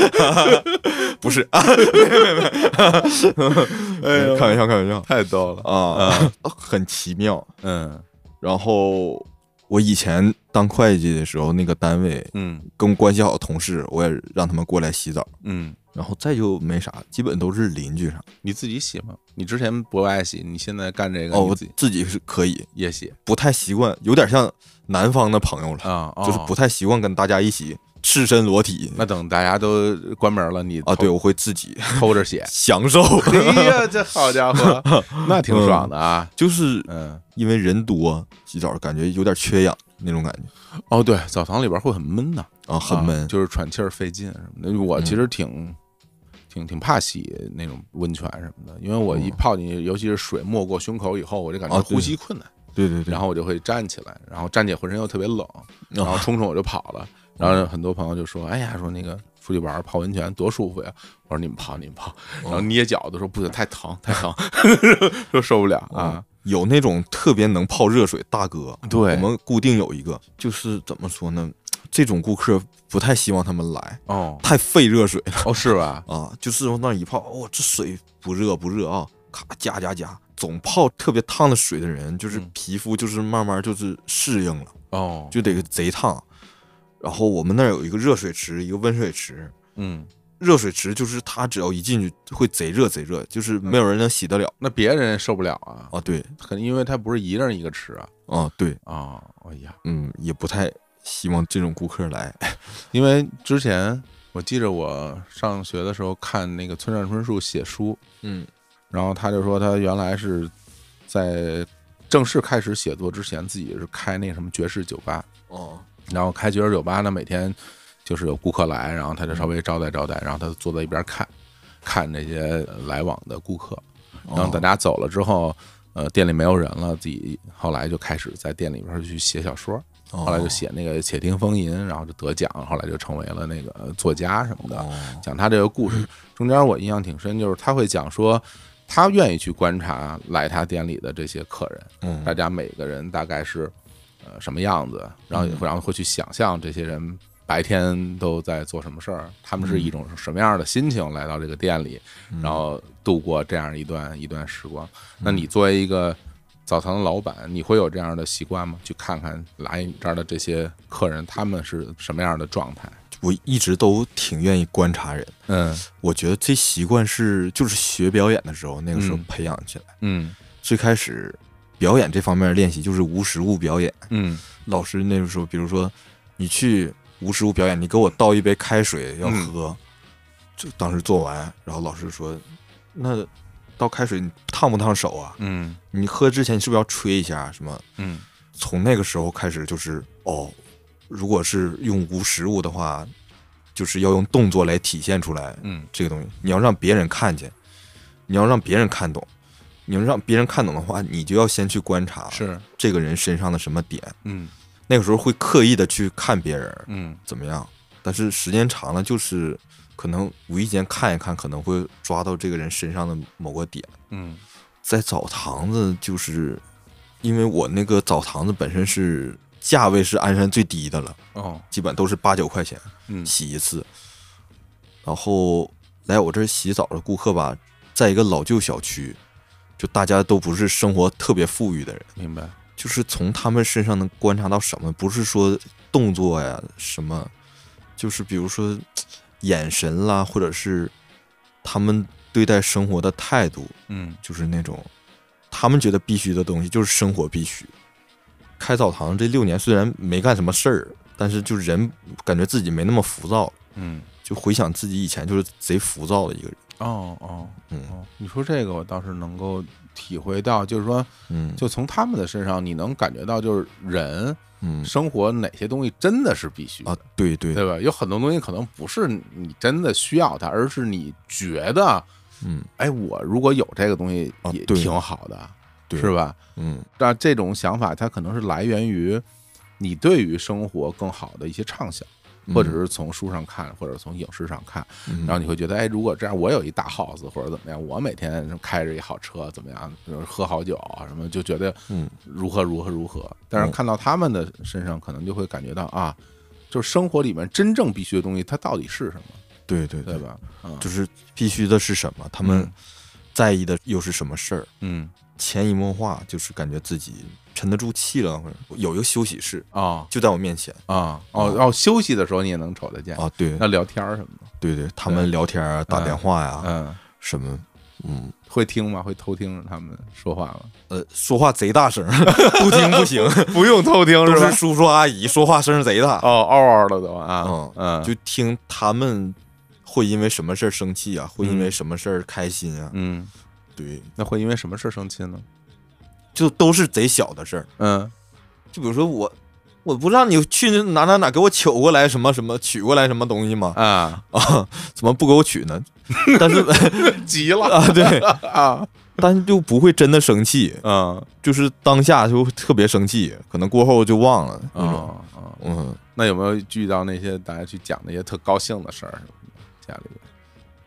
Speaker 1: 不是，
Speaker 2: 哎呦
Speaker 1: 开玩笑开玩笑
Speaker 2: 太逗了。
Speaker 1: 啊， 很奇妙。
Speaker 2: 嗯
Speaker 1: 然后我以前当会计的时候，那个单位
Speaker 2: 嗯
Speaker 1: 跟我关系好的同事，我也让他们过来洗澡，
Speaker 2: 嗯，
Speaker 1: 然后再就没啥，基本都是邻居啥。
Speaker 2: 你自己洗吗？你之前不爱洗，你现在干这个
Speaker 1: 哦，
Speaker 2: 你
Speaker 1: 我
Speaker 2: 自己
Speaker 1: 自己是可以，
Speaker 2: 也洗
Speaker 1: 不太习惯，有点像南方的朋友了，
Speaker 2: 啊？哦
Speaker 1: 就是不太习惯跟大家一起赤身裸体。
Speaker 2: 那等大家都关门了，你
Speaker 1: 啊，
Speaker 2: 偷
Speaker 1: 对，我会自己。
Speaker 2: 哦偷着洗
Speaker 1: 享受。
Speaker 2: 哎呀，这好家 伙，那挺爽的啊。
Speaker 1: 就是
Speaker 2: 嗯，
Speaker 1: 因为人多，洗澡感觉有点缺氧那种感觉
Speaker 2: 哦对，澡堂里边会很闷的。
Speaker 1: 啊，很闷。
Speaker 2: 啊就是喘气儿费劲什么的。我其实挺、挺挺怕洗那种温泉什么的，因为我一泡进去，尤其是水没过胸口以后，我就感觉
Speaker 1: 啊对
Speaker 2: 呼吸困难，
Speaker 1: 对对对，
Speaker 2: 然后我就会站起来，然后站起来浑身又特别冷，然后
Speaker 1: 啊
Speaker 2: 冲冲我就跑了。然后很多朋友就说：“哎呀，说那个出去玩儿泡温泉多舒服呀！”我说：“你们泡，你们泡。”然后捏脚的时候不行，太疼，太疼，说受不了啊！
Speaker 1: 有那种特别能泡热水大哥，
Speaker 2: 对
Speaker 1: 我们固定有一个，就是怎么说呢，这种顾客不太希望他们来，
Speaker 2: 哦
Speaker 1: 太费热水了
Speaker 2: 哦，是吧？
Speaker 1: 啊，就是往那儿一泡，哦，这水不热不热啊，咔加加加，总泡特别烫的水的人，就是
Speaker 2: 嗯
Speaker 1: 皮肤就是慢慢就是适应了，
Speaker 2: 哦，
Speaker 1: 就得贼烫。然后我们那儿有一个热水池，一个温水池，
Speaker 2: 嗯，
Speaker 1: 热水池就是它只要一进去会贼热贼热，就是没有人能洗得了
Speaker 2: 那别人受不了啊，
Speaker 1: 啊，对
Speaker 2: 可能因为他不是一人一个吃啊。
Speaker 1: 啊对，
Speaker 2: 啊，哎呀，
Speaker 1: 嗯，也不太希望这种顾客来。
Speaker 2: 因为之前我记着我上学的时候看那个村上春树写书，
Speaker 1: 嗯
Speaker 2: 然后他就说他原来是在正式开始写作之前，自己是开那什么爵士酒吧，
Speaker 1: 哦
Speaker 2: 然后开爵士酒吧呢，每天就是有顾客来，然后他就稍微招待招待，然后他坐在一边看，看这些来往的顾客，然后
Speaker 1: 哦
Speaker 2: 等大家走了之后。呃，店里没有人了，自己后来就开始在店里边去写小说，
Speaker 1: 后
Speaker 2: 后来就写那个《且听风吟》，然后就得奖，后来就成为了那个作家什么的。
Speaker 1: 哦
Speaker 2: 讲他这个故事，中间我印象挺深，就是他会讲说，他愿意去观察来他店里的这些客人，
Speaker 1: 嗯
Speaker 2: 大家每个人大概是呃什么样子，然后也会然后会去想象这些人白天都在做什么事儿，他们是一种什么样的心情来到这个店里，然后度过这样一段一段时光。那你作为一个澡堂的老板，你会有这样的习惯吗？去看看来你这儿的这些客人，他们是什么样的状态？
Speaker 1: 我一直都挺愿意观察人，
Speaker 2: 嗯
Speaker 1: 我觉得这习惯是就是学表演的时候那个时候
Speaker 2: 嗯
Speaker 1: 培养起来。
Speaker 2: 嗯
Speaker 1: 最开始表演这方面练习就是无实物表演，
Speaker 2: 嗯
Speaker 1: 老师那个时候，比如说你去无实物表演，你给我倒一杯开水要喝，就当时做完，然后老师说，那倒开水你烫不烫手啊？
Speaker 2: 嗯
Speaker 1: 你喝之前你是不是要吹一下什么？
Speaker 2: 嗯
Speaker 1: 从那个时候开始就是哦，如果是用无实物的话，就是要用动作来体现出来
Speaker 2: 嗯
Speaker 1: 这个东西。你要让别人看见，你要让别人看懂，你要让别人看懂的话，你就要先去观察
Speaker 2: 嗯是
Speaker 1: 这个人身上的什么点。
Speaker 2: 嗯
Speaker 1: 那个时候会刻意的去看别人
Speaker 2: 嗯
Speaker 1: 怎么样，但是时间长了，就是可能无意间看一看，可能会抓到这个人身上的某个点。
Speaker 2: 嗯
Speaker 1: 在澡堂子，就是因为我那个澡堂子本身是价位是鞍山最低的了，
Speaker 2: 哦
Speaker 1: 基本都是八九块钱
Speaker 2: 嗯
Speaker 1: 洗一次。然后来我这儿洗澡的顾客吧，在一个老旧小区，就大家都不是生活特别富裕的人。
Speaker 2: 明白
Speaker 1: 就是从他们身上能观察到什么，不是说动作呀什么，就是比如说眼神啦，或者是他们对待生活的态度，
Speaker 2: 嗯
Speaker 1: 就是那种他们觉得必须的东西，就是生活必须。开澡堂这六年虽然没干什么事儿，但是就人感觉自己没那么浮躁，
Speaker 2: 嗯
Speaker 1: 就回想自己以前就是贼浮躁的一个人。
Speaker 2: 哦哦
Speaker 1: 嗯
Speaker 2: 哦，你说这个我倒是能够体会到，就是说，
Speaker 1: 嗯，
Speaker 2: 就从他们的身上，你能感觉到就是人
Speaker 1: 嗯
Speaker 2: 生活哪些东西真的是必须的
Speaker 1: 啊，对对，
Speaker 2: 对吧？有很多东西可能不是你真的需要它，而是你觉得，
Speaker 1: 嗯
Speaker 2: 哎，我如果有这个东西
Speaker 1: 啊
Speaker 2: 也
Speaker 1: 对
Speaker 2: 挺好的，
Speaker 1: 对
Speaker 2: 是吧？
Speaker 1: 嗯
Speaker 2: 那这种想法，它可能是来源于你对于生活更好的一些畅想，
Speaker 1: 嗯
Speaker 2: 或者是从书上看，或者从影视上看，
Speaker 1: 嗯
Speaker 2: 然后你会觉得，哎，如果这样，我有一大 house 或者怎么样，我每天开着一好车，怎么样，就是喝好酒啊什么，就觉得
Speaker 1: 嗯
Speaker 2: 如何如何如何。但是
Speaker 1: 嗯
Speaker 2: 看到他们的身上，可能就会感觉到啊，就是生活里面真正必须的东西，它到底是什么，
Speaker 1: 对对
Speaker 2: 对吧？嗯
Speaker 1: 就是必须的是什么，他们
Speaker 2: 嗯
Speaker 1: 在意的又是什么事儿，
Speaker 2: 嗯
Speaker 1: 潜移默化，就是感觉自己沉得住气了。或者有一个休息室
Speaker 2: 啊
Speaker 1: 就在我面前
Speaker 2: 啊哦哦，休息的时候你也能瞅得见，
Speaker 1: 啊，对
Speaker 2: 那聊天儿什么的，
Speaker 1: 对对，他们聊天啊、打电话呀、
Speaker 2: 嗯。
Speaker 1: 什么，嗯，
Speaker 2: 会听吗？会偷听他们说话 吗？
Speaker 1: 呃，说话贼大声， 不听不 行，
Speaker 2: 不用偷听
Speaker 1: 都是？叔叔阿姨说话声贼大，
Speaker 2: 哦，嗷嗷的都啊
Speaker 1: 嗯，
Speaker 2: 嗯，
Speaker 1: 就听他们会因为什么事儿生气啊，会因为
Speaker 2: 嗯
Speaker 1: 什么事儿开心啊，
Speaker 2: 嗯，
Speaker 1: 对，
Speaker 2: 那会因为什么事儿生气呢？
Speaker 1: 就都是贼小的事儿。
Speaker 2: 嗯
Speaker 1: 就比如说我我不让你去哪哪哪给我取过来什么什么取过来什么东西吗？
Speaker 2: 啊，
Speaker 1: 啊，怎么不给我取 呢？但是
Speaker 2: 急了
Speaker 1: 啊，对，
Speaker 2: 啊，
Speaker 1: 但是就不会真的生气，
Speaker 2: 嗯
Speaker 1: 就是当下就特别生气，可能过后就忘了那种。
Speaker 2: 啊啊，
Speaker 1: 嗯，
Speaker 2: 那有没有遇到那些大家去讲那些特高兴的事儿什么的？家里边，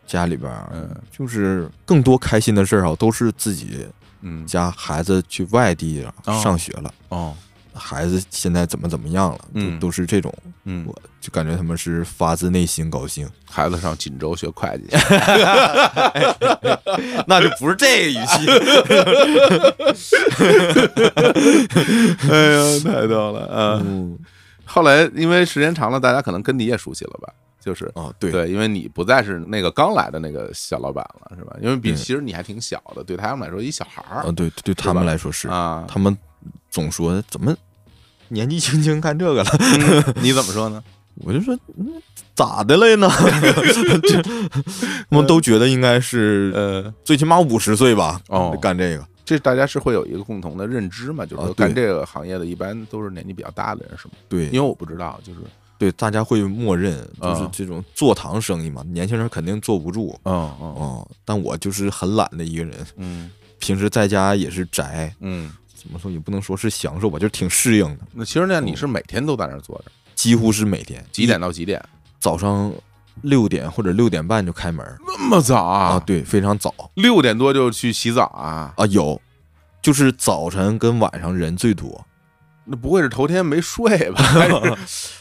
Speaker 1: 家里边儿
Speaker 2: 嗯
Speaker 1: 就是更多开心的事儿啊，都是自己
Speaker 2: 嗯，
Speaker 1: 家孩子去外地啊
Speaker 2: 哦
Speaker 1: 上学了，
Speaker 2: 哦，
Speaker 1: 孩子现在怎么怎么样了，就
Speaker 2: 嗯
Speaker 1: 都是这种，
Speaker 2: 嗯，
Speaker 1: 就感觉他们是发自内心高兴，
Speaker 2: 孩子上锦州学会计去，
Speaker 1: 那就不是这个语气。
Speaker 2: 哎呀，太逗了啊！
Speaker 1: 嗯，
Speaker 2: 后来因为时间长了，大家可能跟你也熟悉了吧？就是
Speaker 1: 啊，对，
Speaker 2: 对，因为你不再是那个刚来的那个小老板了，是吧？因为比
Speaker 1: 嗯
Speaker 2: 其实你还挺小的，对他们来说一小孩
Speaker 1: 啊
Speaker 2: 儿，
Speaker 1: 对，对他们来说是，
Speaker 2: 啊。
Speaker 1: 他们总说怎么年纪轻轻干这个了，
Speaker 2: 你怎么说呢？
Speaker 1: 我就说嗯咋的了呢？ 这 他们都觉得应该是
Speaker 2: 呃，
Speaker 1: 最起码五十岁吧，
Speaker 2: 哦
Speaker 1: 干这个。
Speaker 2: 这大家是会有一个共同的认知嘛，就是说
Speaker 1: 啊对
Speaker 2: 干这个行业的一般都是年纪比较大的人，是吗？
Speaker 1: 对
Speaker 2: 因为，我不知道，就是
Speaker 1: 对，大家会默认就
Speaker 2: 啊
Speaker 1: 是这种做堂生意嘛，年轻人肯定做不住。
Speaker 2: 嗯嗯
Speaker 1: 哦，但我就是很懒的一个人，
Speaker 2: 嗯
Speaker 1: 平时在家也是宅，
Speaker 2: 嗯，
Speaker 1: 怎么说也不能说是享受吧，就是挺适应的，
Speaker 2: 那其实呢，你是每天都在那儿坐着，
Speaker 1: 几乎是每天
Speaker 2: 几点到几点？
Speaker 1: 早上六点或者六点半就开门
Speaker 2: 那么早啊？
Speaker 1: 对，非常早
Speaker 2: 六点多就去洗澡啊？
Speaker 1: 啊，有，就是早晨跟晚上人最多，
Speaker 2: 那不会是头天没睡 吧？还是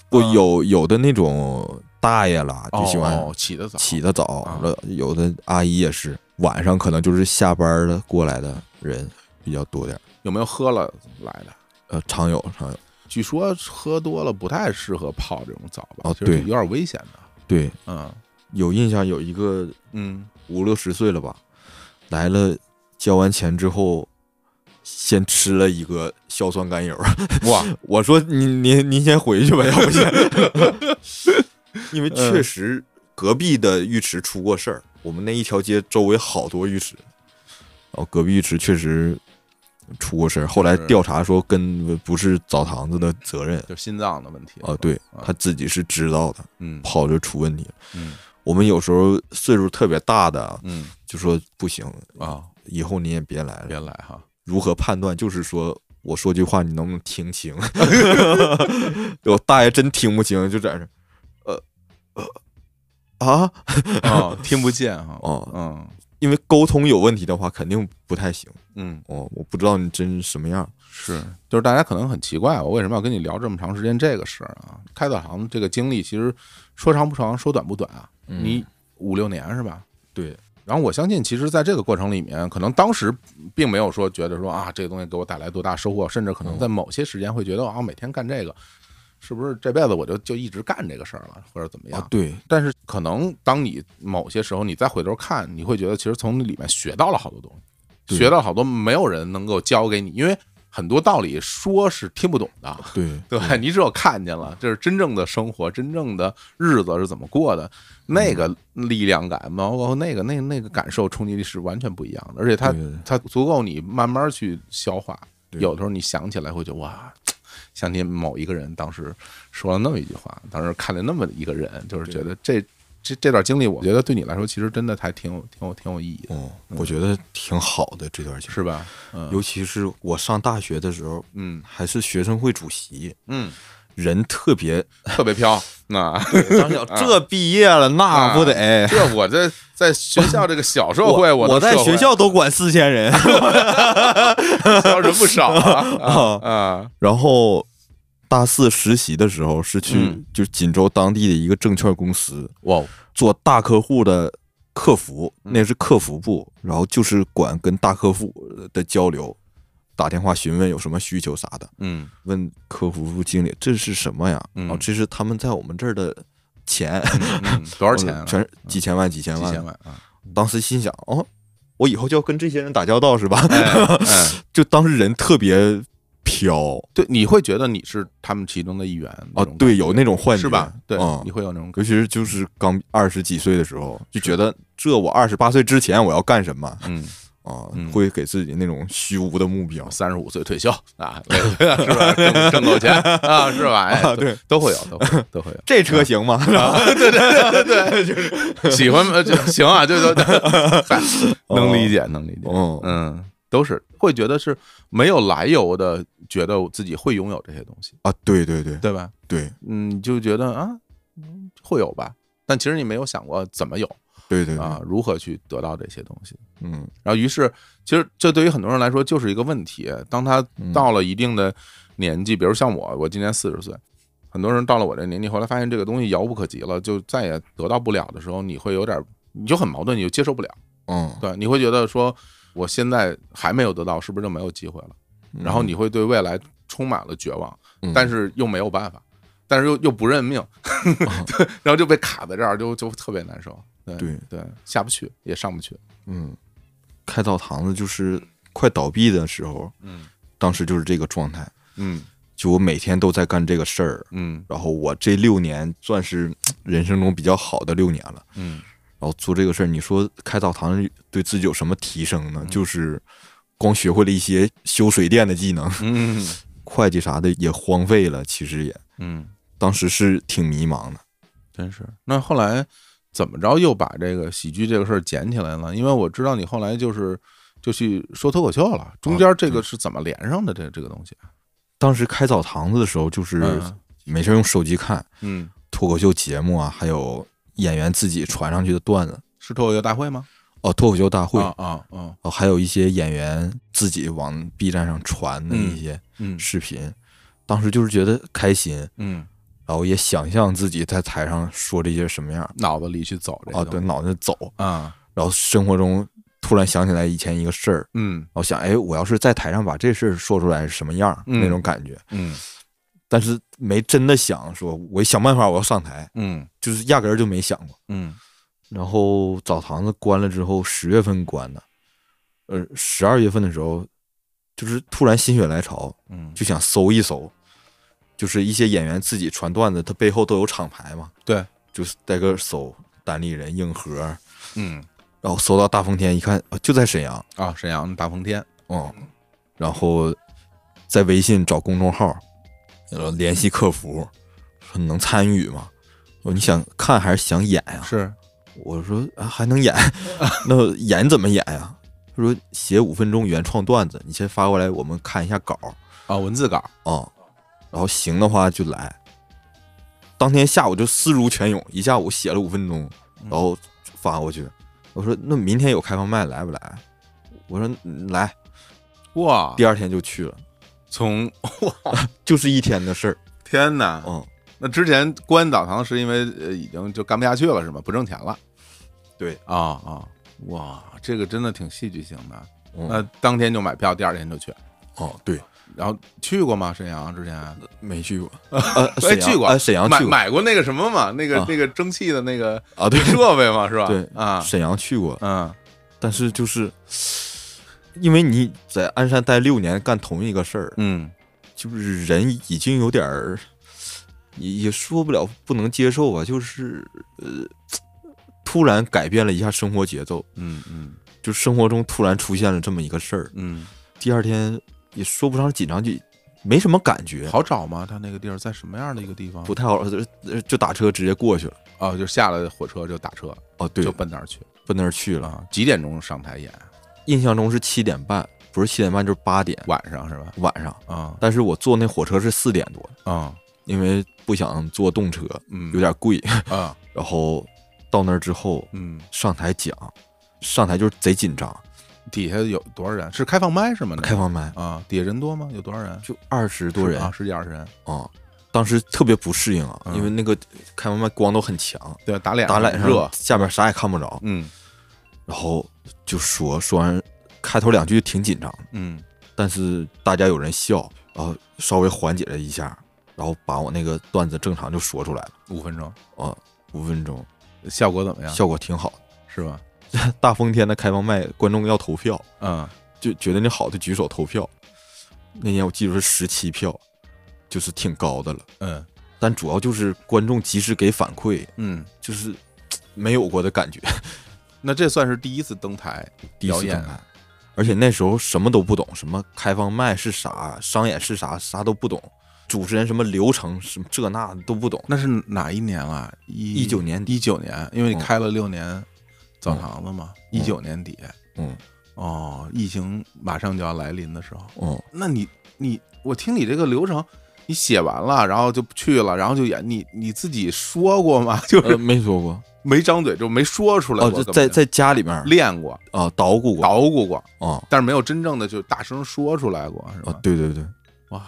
Speaker 1: 不
Speaker 2: 啊
Speaker 1: 有有的那种大爷啦，就喜欢
Speaker 2: 哦起得早，
Speaker 1: 起得
Speaker 2: 啊
Speaker 1: 早，了有的阿姨也是，晚上可能就是下班的过来的人比较多点儿，
Speaker 2: 有没有喝了来的？
Speaker 1: 呃，常有常有，
Speaker 2: 据说喝多了不太适合泡这种澡吧，
Speaker 1: 哦
Speaker 2: 其实
Speaker 1: 对
Speaker 2: 有点危险的。
Speaker 1: 对，
Speaker 2: 嗯
Speaker 1: 有印象有一个
Speaker 2: 嗯，
Speaker 1: 五六十岁了吧，来了交完钱之后，先吃了一个硝酸甘油。
Speaker 2: 哇，
Speaker 1: 我说您您您先回去吧，要不先， 因为确实隔壁的浴池出过事儿，我们那一条街周围好多浴池，然后隔壁浴池确实出过事儿，后来
Speaker 2: 是
Speaker 1: 调查说跟不是澡堂子的责任
Speaker 2: 就是心脏的问题
Speaker 1: 啊，对
Speaker 2: 啊
Speaker 1: 他自己是知道的，
Speaker 2: 嗯
Speaker 1: 泡就出问题了。
Speaker 2: 嗯
Speaker 1: 我们有时候岁数特别大的啊
Speaker 2: 嗯
Speaker 1: 就说不行，
Speaker 2: 啊，
Speaker 1: 以后你也别来了。
Speaker 2: 原来 哈，
Speaker 1: 如何判断？就是说我说句话，你能不能听 清？ 我大爷真听不清，就在这儿，呃呃啊，
Speaker 2: 哦，听不见哈，
Speaker 1: 哦
Speaker 2: 嗯
Speaker 1: 因为沟通有问题的话，肯定不太行
Speaker 2: 嗯
Speaker 1: 哦。我不知道你真什么样，
Speaker 2: 是，就是大家可能很奇怪，我为什么要跟你聊这么长时间这个事儿啊？开导行这个经历其实说长不长，说短不短啊，
Speaker 1: 嗯
Speaker 2: 你五六年是吧？
Speaker 1: 对
Speaker 2: 然后我相信，其实在这个过程里面，可能当时并没有说觉得说啊，这个东西给我带来多大收获，甚至可能
Speaker 1: 嗯
Speaker 2: 在某些时间会觉得啊，每天干这个，是不是这辈子我就就一直干这个事儿了，或者怎么样
Speaker 1: 啊？对，
Speaker 2: 但是可能当你某些时候你再回头看，你会觉得其实从里面学到了好多东西，
Speaker 1: 对
Speaker 2: 学到好多没有人能够教给你，因为很多道理说是听不懂的，
Speaker 1: 对
Speaker 2: 对吧你只有看见了，这是真正的生活，真正的日子是怎么过的，那个
Speaker 1: 嗯
Speaker 2: 力量感，包括那个那个那个感受冲击力是完全不一样的，而且它
Speaker 1: 对对对
Speaker 2: 它足够你慢慢去消化。
Speaker 1: 对
Speaker 2: 有的时候你想起来会觉得哇，想起某一个人当时说了那么一句话，当时看了那么一个人，就是觉得这这这段经历，我觉得对你来说其实真的还挺有挺有挺有意义的，
Speaker 1: 哦，我觉得挺好的这段经历，
Speaker 2: 是吧？嗯
Speaker 1: 尤其是我上大学的时候，
Speaker 2: 嗯
Speaker 1: 还是学生会主席，
Speaker 2: 嗯，
Speaker 1: 人特 别，
Speaker 2: 特别飘。 那
Speaker 1: 张
Speaker 2: 啊
Speaker 1: 小这毕业了那不得。哎
Speaker 2: 这我这在学校这个小啊社会，
Speaker 1: 我
Speaker 2: 的
Speaker 1: 在
Speaker 2: 社会
Speaker 1: 学校都管四千人，
Speaker 2: 要人不少啊啊啊！
Speaker 1: 然后大四实习的时候是去、
Speaker 2: 嗯
Speaker 1: 就锦州当地的一个证券公司
Speaker 2: 哇，
Speaker 1: 做大客户的客服，
Speaker 2: 嗯
Speaker 1: 那是客服部，然后就是管跟大客户的交流，打电话询问有什么需求啥的，
Speaker 2: 嗯
Speaker 1: 问客服部经理这是什么呀？
Speaker 2: 嗯
Speaker 1: 哦，这是他们在我们这儿的钱，
Speaker 2: 嗯嗯多少 钱啊？
Speaker 1: 全是几千万，几千
Speaker 2: 几
Speaker 1: 万。
Speaker 2: 千万啊！
Speaker 1: 当时心想，哦，我以后就要跟这些人打交道是吧？
Speaker 2: 哎哎，
Speaker 1: 就当时人特别飘
Speaker 2: 对，你会觉得你是他们其中的一员
Speaker 1: 啊，对，有那种幻觉
Speaker 2: 是吧？对
Speaker 1: 嗯，
Speaker 2: 你会有那种感
Speaker 1: 尤其是就是刚二十几岁的时候，就觉得这我二十八岁之前我要干什么？
Speaker 2: 觉。嗯
Speaker 1: 啊
Speaker 2: 嗯，
Speaker 1: 会给自己那种虚无的目标。
Speaker 2: 三十五岁退休啊， 是吧？挣挣够钱 啊，是吧？哎，
Speaker 1: 啊
Speaker 2: 都
Speaker 1: 对，
Speaker 2: 都会有，都会有都会有。
Speaker 1: 这车行吗？
Speaker 2: 喜欢呃就行啊，就就 嗨
Speaker 1: 哦
Speaker 2: 能理解，能理解。
Speaker 1: 嗯
Speaker 2: 嗯，都是会觉得是没有来由的，觉得自己会拥有这些东西，
Speaker 1: 啊，对对对
Speaker 2: 对吧？
Speaker 1: 对
Speaker 2: 嗯，你就觉得啊，嗯会有吧，但其实你没有想过怎么有
Speaker 1: 对对
Speaker 2: 啊
Speaker 1: 对，，
Speaker 2: 如何去得到这些东西。
Speaker 1: 嗯
Speaker 2: 然后，于是其实这对于很多人来说就是一个问题。当他
Speaker 1: 嗯
Speaker 2: 到了一定的年纪，比如像我，我今年四十岁，很多人到了我这年纪，后来发现这个东西遥不可及了，就再也得到不了的时候，你会有点，你就很矛盾，你就接受不了。
Speaker 1: 嗯，
Speaker 2: 对，你会觉得说，我现在还没有得到，是不是就没有机会了？然后你会对未来充满了绝望，
Speaker 1: 嗯，
Speaker 2: 但是又没有办法，但是又又不认命， 对，然后就被卡在这儿，就就特别难受。对
Speaker 1: 哦对，
Speaker 2: 对，下不去也上不去。
Speaker 1: 嗯，开澡堂子就是快倒闭的时候，
Speaker 2: 嗯
Speaker 1: 当时就是这个状态，
Speaker 2: 嗯
Speaker 1: 就我每天都在干这个事儿。
Speaker 2: 嗯
Speaker 1: 然后我这六年算是人生中比较好的六年了。
Speaker 2: 嗯
Speaker 1: 然后做这个事儿，你说开澡堂对自己有什么提升
Speaker 2: 嗯
Speaker 1: 呢？就是光学会了一些修水电的技能，
Speaker 2: 嗯
Speaker 1: 会计啥的也荒废了。其实也
Speaker 2: 嗯，
Speaker 1: 当时是挺迷茫的。
Speaker 2: 真是。那后来怎么着又把这个喜剧这个事儿捡起来了？因为我知道你后来就是就去说脱口秀
Speaker 1: 啊
Speaker 2: 了，中间这个是怎么连上的？这这个东西？
Speaker 1: 当时开澡堂子的时候，就是
Speaker 2: 嗯
Speaker 1: 没事儿用手机看
Speaker 2: 嗯，
Speaker 1: 脱口秀节目啊，还有演员自己传上去的段子，
Speaker 2: 是脱口秀大会吗？
Speaker 1: 哦，脱口秀大会，
Speaker 2: 啊啊啊
Speaker 1: 哦，还有一些演员自己往 B 站上传的一些
Speaker 2: 嗯
Speaker 1: 视频。当时就是觉得开心，
Speaker 2: 嗯，
Speaker 1: 然后也想象自己在台上说这些什么样儿。
Speaker 2: 脑子里去走这个
Speaker 1: 哦，对，
Speaker 2: 东西
Speaker 1: 脑子走，
Speaker 2: 啊，
Speaker 1: 然后生活中突然想起来以前一个事儿，然
Speaker 2: 嗯
Speaker 1: 后想，哎，我要是在台上把这事儿说出来是什么样儿、
Speaker 2: 嗯
Speaker 1: 那种感觉，
Speaker 2: 嗯
Speaker 1: 但是没真的想说，我想办法我要上台，
Speaker 2: 嗯
Speaker 1: 就是压根儿就没想过。
Speaker 2: 嗯
Speaker 1: 然后澡堂子关了之后，十月份关的，呃，十二月份的时候，就是突然心血来潮，
Speaker 2: 嗯，
Speaker 1: 就想搜一搜，就是一些演员自己传段子，他背后都有厂牌嘛，
Speaker 2: 对，
Speaker 1: 就是带个搜单立人、硬核，然
Speaker 2: 嗯
Speaker 1: 后搜到大风天一看，啊就在沈阳。
Speaker 2: 啊，沈阳大风天，
Speaker 1: 嗯，然后在微信找公众号，然后联系客服，说能参与吗？我说你想看还是想演呀、
Speaker 2: 是
Speaker 1: 我说啊，还能演？那演怎么演呀、他说写五分钟原创段子，你先发过来，我们看一下稿
Speaker 2: 啊，文字稿，
Speaker 1: 啊、然后行的话就来。当天下午就思如泉涌，一下午写了五分钟，
Speaker 2: 嗯
Speaker 1: 然后发过去。我说那明天有开放麦来不来？我说嗯来，
Speaker 2: 哇，
Speaker 1: 第二天就去了。
Speaker 2: 从
Speaker 1: 就是一天的事儿。
Speaker 2: 天哪，
Speaker 1: 嗯，
Speaker 2: 那之前关澡堂是因为呃已经就干不下去了是吗？不挣钱了。
Speaker 1: 对
Speaker 2: 啊啊，哇，这个真的挺戏剧性的。
Speaker 1: 嗯
Speaker 2: 那当天就买票，第二天就去。
Speaker 1: 哦，对，
Speaker 2: 然后去过吗？沈阳之前？
Speaker 1: 没去 过，呃，沈阳
Speaker 2: 哎去过
Speaker 1: 呃，沈阳
Speaker 2: 买
Speaker 1: 去过
Speaker 2: 买过那个什么嘛？那个
Speaker 1: 啊
Speaker 2: 那个蒸汽的那个
Speaker 1: 啊，对
Speaker 2: 设备嘛，是吧？
Speaker 1: 对
Speaker 2: 啊，
Speaker 1: 沈阳去过，
Speaker 2: 嗯
Speaker 1: 但是就是因为你在鞍山待六年，干同一个事儿，
Speaker 2: 嗯
Speaker 1: 就是人已经有点儿，也也说不了不能接受吧，就是呃，突然改变了一下生活节奏，
Speaker 2: 嗯嗯
Speaker 1: 就生活中突然出现了这么一个事儿，
Speaker 2: 嗯，
Speaker 1: 第二天也说不上紧张，就没什么感觉，
Speaker 2: 好找吗？他那个地儿在什么样的一个地方？
Speaker 1: 不太好，呃就打车直接过去了。
Speaker 2: 哦，就下了火车就打车，
Speaker 1: 哦，对
Speaker 2: 就，奔那儿去
Speaker 1: 奔那儿去了。
Speaker 2: 啊。几点钟上台演？
Speaker 1: 印象中是七点半，不是七点半就是八点
Speaker 2: 晚上是吧？
Speaker 1: 晚上。
Speaker 2: 啊
Speaker 1: 但是我坐那火车是四点多，
Speaker 2: 啊
Speaker 1: 因为不想坐动车，
Speaker 2: 嗯，
Speaker 1: 有点贵。
Speaker 2: 啊
Speaker 1: 然后到那儿之后
Speaker 2: 嗯，
Speaker 1: 上台讲，上台就是贼紧张，
Speaker 2: 底下有多少人？是开放麦是吗？那个
Speaker 1: 开放麦
Speaker 2: 啊，底下人多吗？有多少人？
Speaker 1: 就二十多人
Speaker 2: 啊，
Speaker 1: 啊、
Speaker 2: 十几二十人。
Speaker 1: 当时特别不适应啊，
Speaker 2: 嗯
Speaker 1: 因为那个开放麦光都很强，
Speaker 2: 对，打脸
Speaker 1: 打脸上
Speaker 2: 热。
Speaker 1: 下边啥也看不着。
Speaker 2: 嗯
Speaker 1: 然后就说说完开头两句挺紧张的。
Speaker 2: 嗯
Speaker 1: 但是大家有人笑，然后稍微缓解了一下，然后把我那个段子正常就说出来了
Speaker 2: 五分钟，
Speaker 1: 啊，五分钟
Speaker 2: 效果怎么样？
Speaker 1: 效果挺好的。
Speaker 2: 是吧？
Speaker 1: 大风天的开放麦，观众要投票，
Speaker 2: 嗯
Speaker 1: 就觉得你好的举手投票。那年我记住是十七票，就是挺高的了。
Speaker 2: 嗯
Speaker 1: 但主要就是观众及时给反馈，
Speaker 2: 嗯，
Speaker 1: 就是没有过的感觉。
Speaker 2: 那这算是第一次登台
Speaker 1: 第一
Speaker 2: 表
Speaker 1: 次
Speaker 2: 演啊
Speaker 1: 看，而且那时候什么都不懂，什么开放麦是啥，商演是啥，啥都不懂，主持人什么流程什么这那都不懂。
Speaker 2: 那是哪一年啊？一
Speaker 1: 19年底哦
Speaker 2: 一九年，因为
Speaker 1: 嗯
Speaker 2: 你开了六年澡堂子嘛，一九年底。
Speaker 1: 嗯
Speaker 2: 哦，疫情马上就要来临的时候，
Speaker 1: 嗯，
Speaker 2: 那你你我听你这个流程，你写完了，然后就去了，然后就演，你你自己说过吗？ 就是
Speaker 1: 呃，没说过。
Speaker 2: 没张嘴就没说出来
Speaker 1: 哦，
Speaker 2: 过，
Speaker 1: 就
Speaker 2: 根本
Speaker 1: 在
Speaker 2: 就
Speaker 1: 在家里面啊、
Speaker 2: 练过、
Speaker 1: 捣鼓过啊
Speaker 2: 捣鼓啊过，
Speaker 1: 啊、
Speaker 2: 但是没有真正的就大声说出来过，是吧？
Speaker 1: 哦对对对，
Speaker 2: 哇，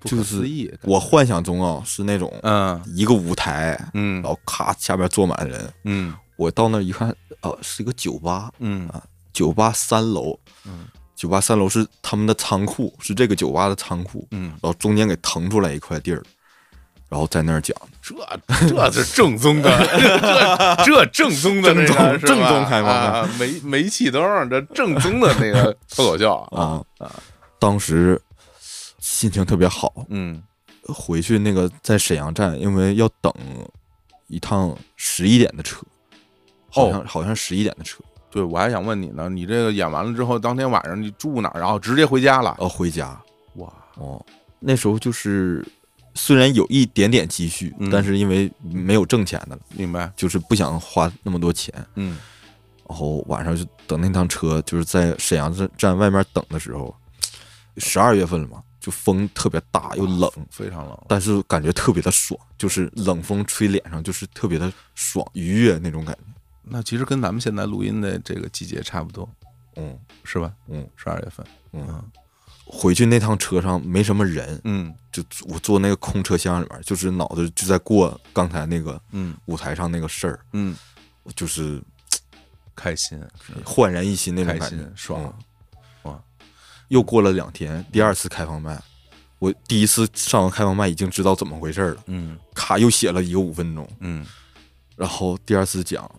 Speaker 2: 不
Speaker 1: 就
Speaker 2: 可
Speaker 1: 是
Speaker 2: 思议！感觉
Speaker 1: 我幻想中啊是那种
Speaker 2: 嗯
Speaker 1: 一个舞台，然
Speaker 2: 嗯
Speaker 1: 后咔下边坐满人，
Speaker 2: 嗯
Speaker 1: 我到那儿一看，哦，是一个酒吧，
Speaker 2: 嗯
Speaker 1: 酒吧三楼，
Speaker 2: 嗯，
Speaker 1: 酒吧三楼是他们的仓库，是这个酒吧的仓库，
Speaker 2: 嗯，
Speaker 1: 然后中间给腾出来一块地儿，然后在那儿讲，
Speaker 2: 这这是正宗的， 这这正宗的那
Speaker 1: 正宗
Speaker 2: 个是吧
Speaker 1: 正宗开放麦
Speaker 2: 啊，煤煤气灯儿，这正宗的那个脱口秀啊，
Speaker 1: 啊，当时心情特别好。
Speaker 2: 嗯
Speaker 1: 回去那个在沈阳站，因为要等一趟十一点的车，好像、好像十一点的车，
Speaker 2: 对，我还想问你呢，你这个演完了之后，当天晚上你住哪儿？然后直接回家了？
Speaker 1: 要呃回家。
Speaker 2: 哦哇，
Speaker 1: 哦，那时候就是虽然有一点点积蓄，
Speaker 2: 嗯
Speaker 1: 但是因为没有挣钱的了，
Speaker 2: 明白？
Speaker 1: 就是不想花那么多钱。
Speaker 2: 嗯
Speaker 1: 然后晚上就等那趟车，就是在沈阳站站外面等的时候，十二月份了嘛，就风特别大又冷，
Speaker 2: 非常冷。
Speaker 1: 但是感觉特别的爽，就是冷风吹脸上，就是特别的爽愉悦那种感觉。
Speaker 2: 那其实跟咱们现在录音的这个季节差不多，
Speaker 1: 嗯
Speaker 2: 是吧？
Speaker 1: 嗯，
Speaker 2: 十二月份。啊
Speaker 1: 嗯，回去那趟车上没什么人，
Speaker 2: 嗯
Speaker 1: 就我坐那个空车厢里面，就是脑子就在过刚才那个
Speaker 2: 嗯
Speaker 1: 舞台上那个事儿，
Speaker 2: 嗯，
Speaker 1: 就是
Speaker 2: 开心，
Speaker 1: 焕然一新那种
Speaker 2: 开
Speaker 1: 感觉
Speaker 2: 心，，爽。
Speaker 1: 又过了两天，第二次开放麦，我第一次上完开放麦已经知道怎么回事了，
Speaker 2: 嗯
Speaker 1: 咔又写了一个五分钟，
Speaker 2: 嗯，
Speaker 1: 然后第二次讲，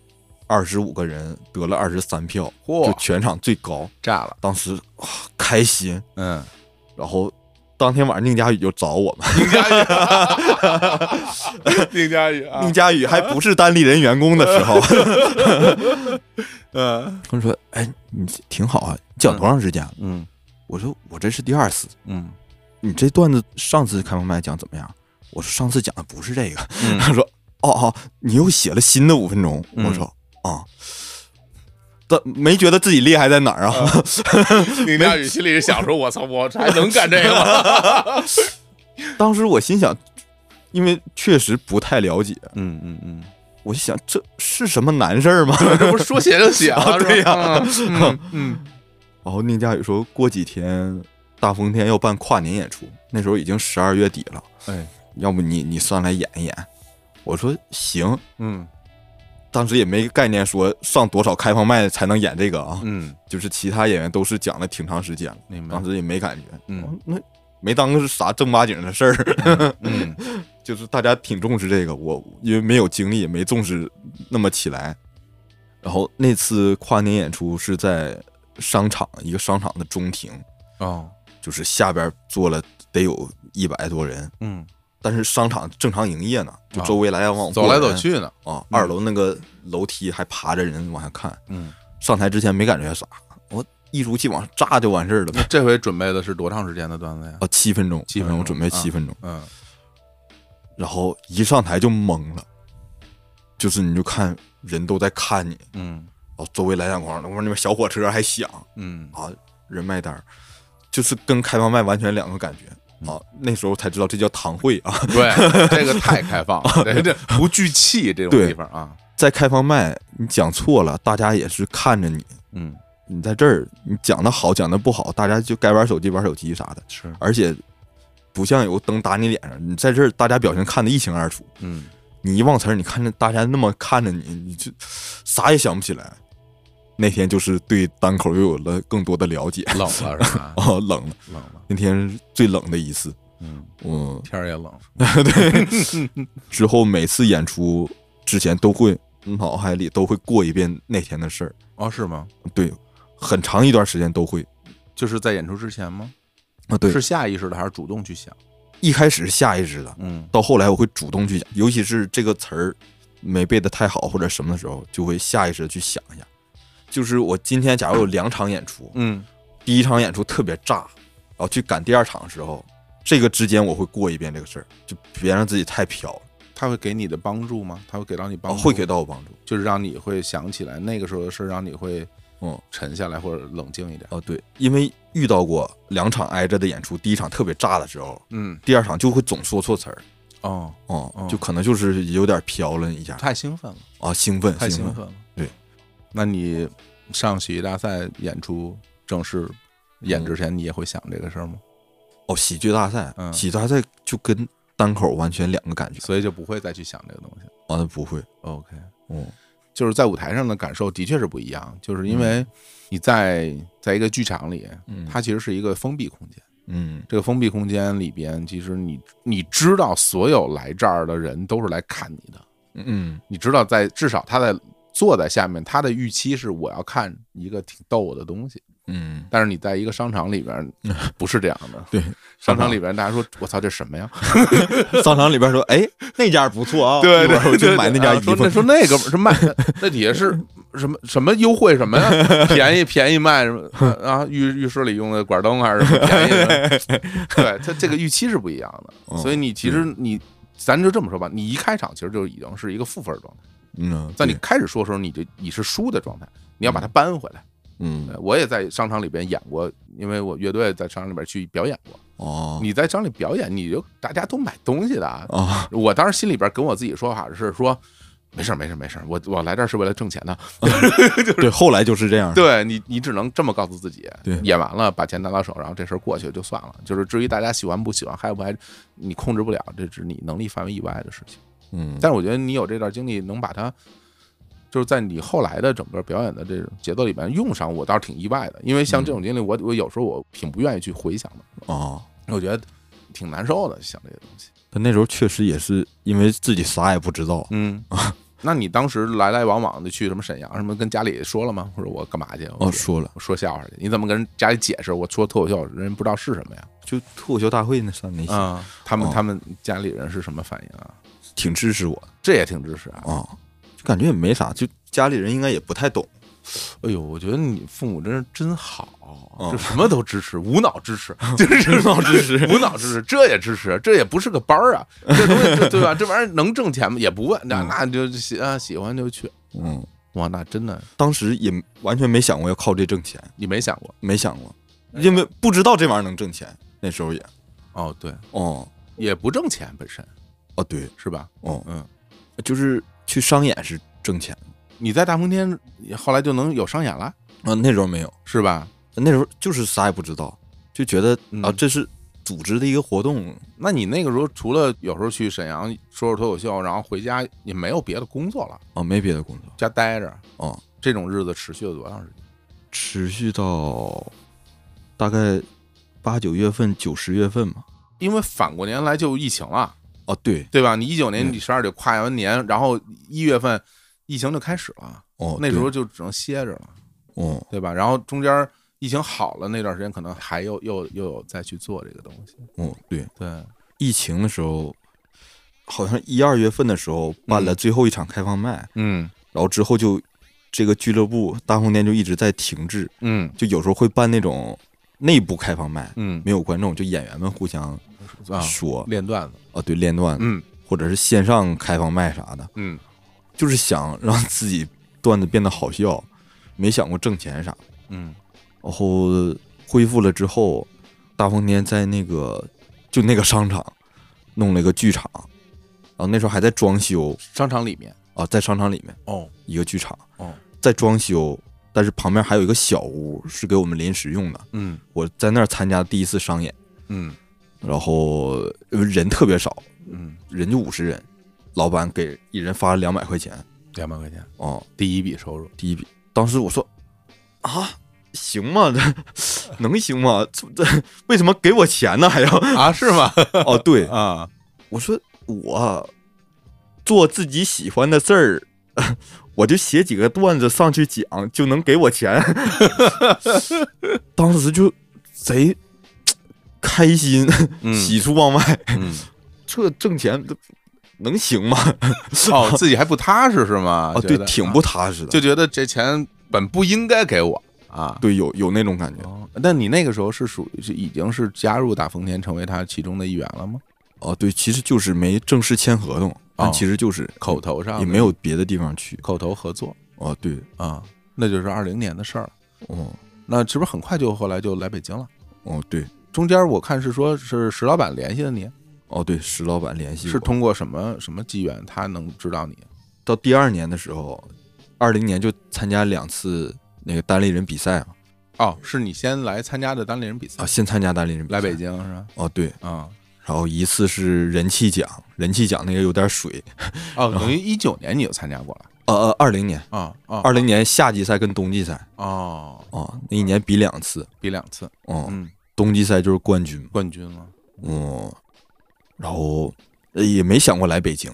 Speaker 1: 二十五个人得了二十三票，就
Speaker 2: 嚯，
Speaker 1: 全场最高，
Speaker 2: 炸了。
Speaker 1: 当时、哇开心，
Speaker 2: 嗯，
Speaker 1: 然后当天晚上宁佳宇就找我们，
Speaker 2: 宁佳宇， 宁佳宇啊
Speaker 1: 宁，佳宇还不是单立人员工的时 候，
Speaker 2: 嗯
Speaker 1: 他说，哎，你挺好啊，你讲多长时间啊？
Speaker 2: 嗯
Speaker 1: 我说我这是第二次，
Speaker 2: 嗯
Speaker 1: 你这段子上次开放麦讲怎么样？我说上次讲的不是这个。
Speaker 2: 嗯，
Speaker 1: 他说：“哦哦，你又写了新的五分钟。”我说：“啊、但没觉得自己厉害在哪儿啊？
Speaker 2: 宁佳宇心里是想 说：“我操，我还能干这个吗
Speaker 1: 当时我心想，因为确实不太了解，？”
Speaker 2: 嗯嗯嗯，
Speaker 1: 我就想这是什么难事儿吗？
Speaker 2: 这不是说写就写了，
Speaker 1: 啊对呀
Speaker 2: 是吧嗯嗯
Speaker 1: 然后宁佳宇说，过几天大风天要办跨年演出，那时候已经十二月底了，
Speaker 2: 嗯，哎，
Speaker 1: 要不你你上来演一演？我说行，
Speaker 2: 嗯
Speaker 1: 当时也没概念说上多少开放麦才能演这个啊，
Speaker 2: 嗯，
Speaker 1: 就是其他演员都是讲了挺长时间了，
Speaker 2: 明白
Speaker 1: 当。时也没感觉，
Speaker 2: 嗯
Speaker 1: 哦那没当是啥正八经的事儿，
Speaker 2: 嗯
Speaker 1: 就是大家挺重视这个，我因为没有经历，也没重视那么起来。然后那次跨年演出是在商场一个商场的中庭，
Speaker 2: 哦
Speaker 1: 就是下边坐了得有一百多人，
Speaker 2: 嗯，
Speaker 1: 但是商场正常营业呢，就
Speaker 2: 啊
Speaker 1: 周围来来往往
Speaker 2: 走来走去呢。
Speaker 1: 啊，
Speaker 2: 嗯
Speaker 1: 二楼那个楼梯还爬着人往下看。
Speaker 2: 嗯，
Speaker 1: 上台之前没感觉啥，我一出气往上炸就完事儿了
Speaker 2: 那
Speaker 1: 呗。
Speaker 2: 这回准备的是多长时间的段子呀？
Speaker 1: 啊，七分钟，
Speaker 2: 七分钟
Speaker 1: 我准备
Speaker 2: 啊
Speaker 1: 七分钟。
Speaker 2: 嗯
Speaker 1: 然后一上台就懵了，就是你就看人都在看你，
Speaker 2: 嗯
Speaker 1: 然后周围来两光，那边那边小火车还响
Speaker 2: 嗯
Speaker 1: 啊，人卖单儿，就是跟开放麦完全两个感觉
Speaker 2: 嗯
Speaker 1: 啊。那时候才知道这叫堂会啊，
Speaker 2: 对，这个太开放 了，这这不聚气这种
Speaker 1: 对
Speaker 2: 地方啊，
Speaker 1: 在开放麦你讲错了，大家也是看着你，
Speaker 2: 嗯，
Speaker 1: 你在这儿你讲的好讲的不好，大家就该玩手机玩手机啥的，
Speaker 2: 是，
Speaker 1: 而且不像有个灯打你脸上，你在这儿大家表情看得一清二楚，
Speaker 2: 嗯，
Speaker 1: 你一忘词儿，你看着大家那么看着你，你就啥也想不起来。那天就是对单口又有了更多的了解
Speaker 2: 冷了是 吧？
Speaker 1: 啊，冷了，
Speaker 2: 冷了，
Speaker 1: 那天是最冷的一次。
Speaker 2: 嗯，
Speaker 1: 嗯，
Speaker 2: 天儿也冷，
Speaker 1: 之后每次演出之前都会脑海里都会过一遍那天的事儿，
Speaker 2: 哦，是吗？
Speaker 1: 对，很长一段时间都会
Speaker 2: 就是在演出之前吗？
Speaker 1: 啊。对
Speaker 2: 是，下意识的还是主动去想？
Speaker 1: 一开始是下意识的，
Speaker 2: 嗯
Speaker 1: 到后来我会主动去想，尤其是这个词儿没背得太好或者什么的时候，就会下意识的去想一下。就是我今天假如有两场演出，
Speaker 2: 嗯
Speaker 1: 第一场演出特别炸，然后去赶第二场的时候，这个之间我会过一遍这个事儿，就别让自己太飘了，
Speaker 2: 他会给你的帮助吗？哦他会给到你帮
Speaker 1: 啊
Speaker 2: 助，
Speaker 1: 会给，到我帮助。
Speaker 2: 就是让你会想起来那个时候的事，让你会
Speaker 1: 嗯
Speaker 2: 沉下来或者冷静一点。
Speaker 1: 哦，对，因为遇到过两场挨着的演出，第一场特别炸的时候，
Speaker 2: 嗯，
Speaker 1: 第二场就会总说错词儿，
Speaker 2: 哦，
Speaker 1: 哦、
Speaker 2: 哦
Speaker 1: 就可能就是有点飘了一下
Speaker 2: 太兴奋了，
Speaker 1: 啊，兴奋，
Speaker 2: 太
Speaker 1: 兴
Speaker 2: 兴
Speaker 1: 奋。
Speaker 2: 奋了。
Speaker 1: 对，
Speaker 2: 那你上喜剧大赛演出正式演之前，你也会想这个事儿吗？
Speaker 1: 哦，喜剧大赛，
Speaker 2: 嗯
Speaker 1: 喜剧大赛就跟单口完全两个感觉。
Speaker 2: 所以就不会再去想这个东西了。
Speaker 1: 啊，那不会，
Speaker 2: OK，
Speaker 1: 嗯
Speaker 2: 就是在舞台上的感受的确是不一样，就是因为你在在一个剧场里，
Speaker 1: 嗯
Speaker 2: 它其实是一个封闭空间。
Speaker 1: 嗯，
Speaker 2: 这个封闭空间里边，其实你你知道，所有来这儿的人都是来看你的。
Speaker 1: 嗯
Speaker 2: 你知道在，至少他在坐在下面，他的预期是我要看一个挺逗的东西。
Speaker 1: 嗯，
Speaker 2: 但是你在一个商场 里边，不是这样的。
Speaker 1: 对，
Speaker 2: 商场里边大家说：“我操，这什么呀
Speaker 1: 商场里边说，哎，那家不错啊，？”一会儿我
Speaker 2: 对，啊
Speaker 1: 去买那家衣
Speaker 2: 说
Speaker 1: 服
Speaker 2: 那。说那个是卖，那底 下是什么什么优惠什么呀？便宜便宜卖什么啊？浴浴室里用的管灯还是 什么便宜的？对，它这个预期是不一样的，
Speaker 1: 嗯
Speaker 2: 所以你其实你。咱就这么说吧，你一开场其实就已经是一个负分状态，
Speaker 1: 嗯，
Speaker 2: 在你
Speaker 1: 对
Speaker 2: 开始说的时候，你就你是输的状态，你要把它扳回来。
Speaker 1: 嗯
Speaker 2: 呃我也在商场里边演过，因为我乐队在商场里边去表演过。
Speaker 1: 哦
Speaker 2: 你在商场里表演，你就大家都买东西的啊。
Speaker 1: 啊
Speaker 2: 我当时心里边跟我自己说法是说，没事儿没事儿没事儿，我我来这儿是为了挣钱的。
Speaker 1: 嗯对，后来就是这样的。
Speaker 2: 对你，你只能这么告诉自己。
Speaker 1: 对
Speaker 2: 演完了把钱拿到手，然后这事儿过去就算了。就是至于大家喜欢不喜欢，嗨不嗨，你控制不了，这是你能力范围以外的事情。
Speaker 1: 嗯，
Speaker 2: 但是我觉得你有这段经历，能把它。就是在你后来的整个表演的这种节奏里边用上，我倒是挺意外的，因为
Speaker 1: 嗯
Speaker 2: 像这种经历，我我有时候我挺不愿意去回想的，
Speaker 1: 哦，
Speaker 2: 我觉得挺难受的，想这些东西。
Speaker 1: 但那时候确实也是因为自己啥也不知道，
Speaker 2: 嗯
Speaker 1: 啊
Speaker 2: 那你当时来来往往的去什么沈阳什么，跟家里说了吗？或者我干嘛去？
Speaker 1: 哦，
Speaker 2: 我
Speaker 1: 说了，
Speaker 2: 我说笑话去？你怎么跟人家里解释？我说脱口秀，人家不知道是什么呀？
Speaker 1: 就脱口秀大会那上那些、
Speaker 2: 啊、他们
Speaker 1: 哦
Speaker 2: 他们家里人是什么反应啊？
Speaker 1: 挺支持我的
Speaker 2: 这也挺支持啊。
Speaker 1: 啊、就感觉也没啥，就家里人应该也不太懂。
Speaker 2: 哎呦，我觉得你父母真是真好，啊
Speaker 1: 嗯
Speaker 2: 就什么都支持，无脑支 持，就是无脑
Speaker 1: 支持
Speaker 2: 无脑支持， 这也支持，这也不是个班儿啊，这东西这对吧？这玩意儿能挣钱吗？也不问，那
Speaker 1: 嗯
Speaker 2: 那就喜啊喜欢就去，
Speaker 1: 嗯，
Speaker 2: 哇，那真的
Speaker 1: 当时也完全没想过要靠这挣钱，
Speaker 2: 你没想过
Speaker 1: 没想过，因为不知道这玩意儿能挣钱，那时候也，
Speaker 2: 哦，对，
Speaker 1: 哦
Speaker 2: 也不挣钱本身
Speaker 1: 哦对，
Speaker 2: 是吧？
Speaker 1: 哦
Speaker 2: 嗯，
Speaker 1: 就是去商演是挣钱
Speaker 2: 你在大风天后来就能有商演了
Speaker 1: 啊，那时候没有，
Speaker 2: 是吧？
Speaker 1: 那时候就是啥也不知道，就觉得
Speaker 2: 嗯
Speaker 1: 啊这是组织的一个活动，
Speaker 2: 那你那个时候除了有时候去沈阳说说脱口秀，然后回家也没有别的工作了，
Speaker 1: 啊没别的工作，
Speaker 2: 家待着，
Speaker 1: 哦，
Speaker 2: 这种日子持续了多长时间？
Speaker 1: 持续到大概八九月份、九十月份嘛。
Speaker 2: 因为反过年来就疫情了，
Speaker 1: 哦，对，
Speaker 2: 对吧？你一九年
Speaker 1: 嗯
Speaker 2: 你十二点跨完年，然后一月份疫情就开始了，
Speaker 1: 哦，
Speaker 2: 那时
Speaker 1: 对，
Speaker 2: 候就只能歇着了，
Speaker 1: 哦，
Speaker 2: 对吧？然后中间疫情好了那段时间，可能还又又又有再去做这个东西，
Speaker 1: 哦，对，
Speaker 2: 对，
Speaker 1: 疫情的时候，好像一二月份的时候办了最后一场开放麦，
Speaker 2: 嗯
Speaker 1: 然后之后就这个俱乐部大红店就一直在停滞，
Speaker 2: 嗯
Speaker 1: 就有时候会办那种内部开放麦，
Speaker 2: 嗯
Speaker 1: 没有观众，就演员们互相
Speaker 2: 啊，
Speaker 1: 说，
Speaker 2: 练段子，
Speaker 1: 啊，对，练段子，
Speaker 2: 嗯
Speaker 1: 或者是线上开放麦啥的，
Speaker 2: 嗯，
Speaker 1: 就是想让自己段子变得好笑，没想过挣钱啥。
Speaker 2: 嗯，
Speaker 1: 然后恢复了之后，大风天在那个就那个商场弄了一个剧场，然后那时候还在装修
Speaker 2: 商场里面
Speaker 1: 啊，在商场里面
Speaker 2: 哦，
Speaker 1: 一个剧场，
Speaker 2: 哦，
Speaker 1: 在装修，但是旁边还有一个小屋是给我们临时用的。
Speaker 2: 嗯
Speaker 1: 我在那儿参加第一次商演，
Speaker 2: 嗯
Speaker 1: 然后呃人特别少，
Speaker 2: 嗯，
Speaker 1: 人就五十人，老板给一人发了两百块钱，
Speaker 2: 两百块钱
Speaker 1: 哦，
Speaker 2: 第一笔 收入，
Speaker 1: 第一笔。当时我说啊，行吗？ 这能行吗？这这为什么给我钱呢？还要
Speaker 2: 啊，是吗？
Speaker 1: 哦，对，
Speaker 2: 啊，
Speaker 1: 我说我做自己喜欢的事儿，我就写几个段子上去讲，就能给我钱。 当时就贼开心，
Speaker 2: 嗯
Speaker 1: 喜出望 外，
Speaker 2: 嗯，
Speaker 1: 这挣钱这能行吗？
Speaker 2: 哦，自己还不踏实是吗？
Speaker 1: 啊，
Speaker 2: 觉
Speaker 1: 对，
Speaker 2: 得
Speaker 1: 挺
Speaker 2: 啊
Speaker 1: 不踏实的。
Speaker 2: 就觉得这钱本不应该给我啊。
Speaker 1: 对，有有那种感觉。
Speaker 2: 哦，那你那个时候是属于是已经是加入大丰田，成为他其中的一员了吗？
Speaker 1: 哦，对，其实就是没正式签合同，但
Speaker 2: 哦
Speaker 1: 其实就是
Speaker 2: 口头上
Speaker 1: 也
Speaker 2: 的
Speaker 1: 没有别的地方去。
Speaker 2: 口头合作
Speaker 1: 哦，对，
Speaker 2: 啊，那就是二零年的事儿了。
Speaker 1: 哦
Speaker 2: 那是不是很快就后来就来北京了？
Speaker 1: 哦对
Speaker 2: 中间我看是说是石老板联系的你，
Speaker 1: 哦对，石老板联系
Speaker 2: 是
Speaker 1: 我
Speaker 2: 通过什么什么机缘他能知道你？
Speaker 1: 到第二年的时候，二零年就参加两次那个单立人比赛嘛，
Speaker 2: 哦，是你先来参加的单立人比赛
Speaker 1: 啊，，先参加单立人比赛
Speaker 2: 来北。京是吧？
Speaker 1: 哦对，
Speaker 2: 啊、
Speaker 1: 然后一次是人气奖，人气奖那个有点水。
Speaker 2: 哦，等于一九年你就参加过了
Speaker 1: 呃呃，二零年，
Speaker 2: 啊啊
Speaker 1: 二零年夏季赛跟冬季赛
Speaker 2: 哦，
Speaker 1: 哦，那一年比两次。
Speaker 2: 比两次，
Speaker 1: 哦，
Speaker 2: 嗯，
Speaker 1: 冬季赛就是冠军嘛。
Speaker 2: 冠军了，
Speaker 1: 嗯，然后呃也没想过来北京，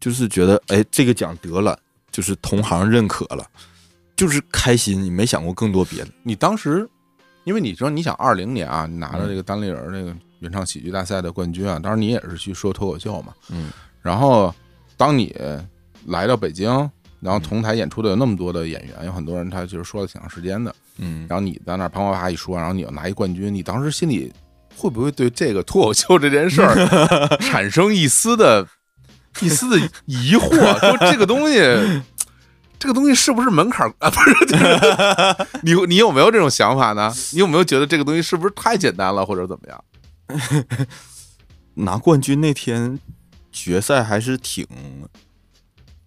Speaker 1: 就是觉得哎这个奖得了，就是同行认可了，就是开心，也没想过更多别的。
Speaker 2: 你当时，因为你说你想二零年啊，你拿了这个单立人这个原唱喜剧大赛的冠军啊，当时你也是去说脱口秀嘛，
Speaker 1: 嗯，
Speaker 2: 然后当你来到北京，然后同台演出的有那么多的演员，有很多人他就是说了挺长时间的，
Speaker 1: 嗯，
Speaker 2: 然后你在那儿啪啪啪一说，然后你又拿一冠军，你当时心里会不会对这个脱口秀这件事儿产生一丝的、一丝的疑惑？说这个东西，这个东西是不是门槛儿啊？不 是，就是你你有没有这种想法呢？你有没有觉得这个东西是不是太简单了，或者怎么样？
Speaker 1: 拿冠军那天决赛还是挺，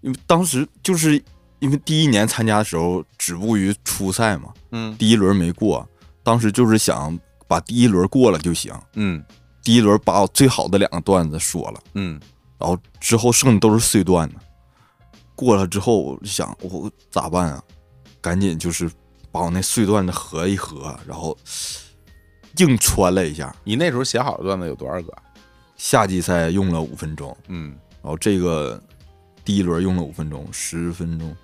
Speaker 1: 因为当时就是因为第一年参加的时候止步于初赛嘛，
Speaker 2: 嗯
Speaker 1: 第一轮没过，当时就是想把第一轮过了就行，
Speaker 2: 嗯
Speaker 1: 第一轮把我最好的两个段子说了。
Speaker 2: 嗯，
Speaker 1: 然后之后剩的都是碎段子。过了之后，我就想我咋办啊？赶紧就是把我那碎段子合一合，然后硬穿了一下。
Speaker 2: 你那时候写好的段子有多少个？
Speaker 1: 夏季赛用了五分钟，
Speaker 2: 嗯，
Speaker 1: 然后哦这个第一轮用了五分钟，十分钟。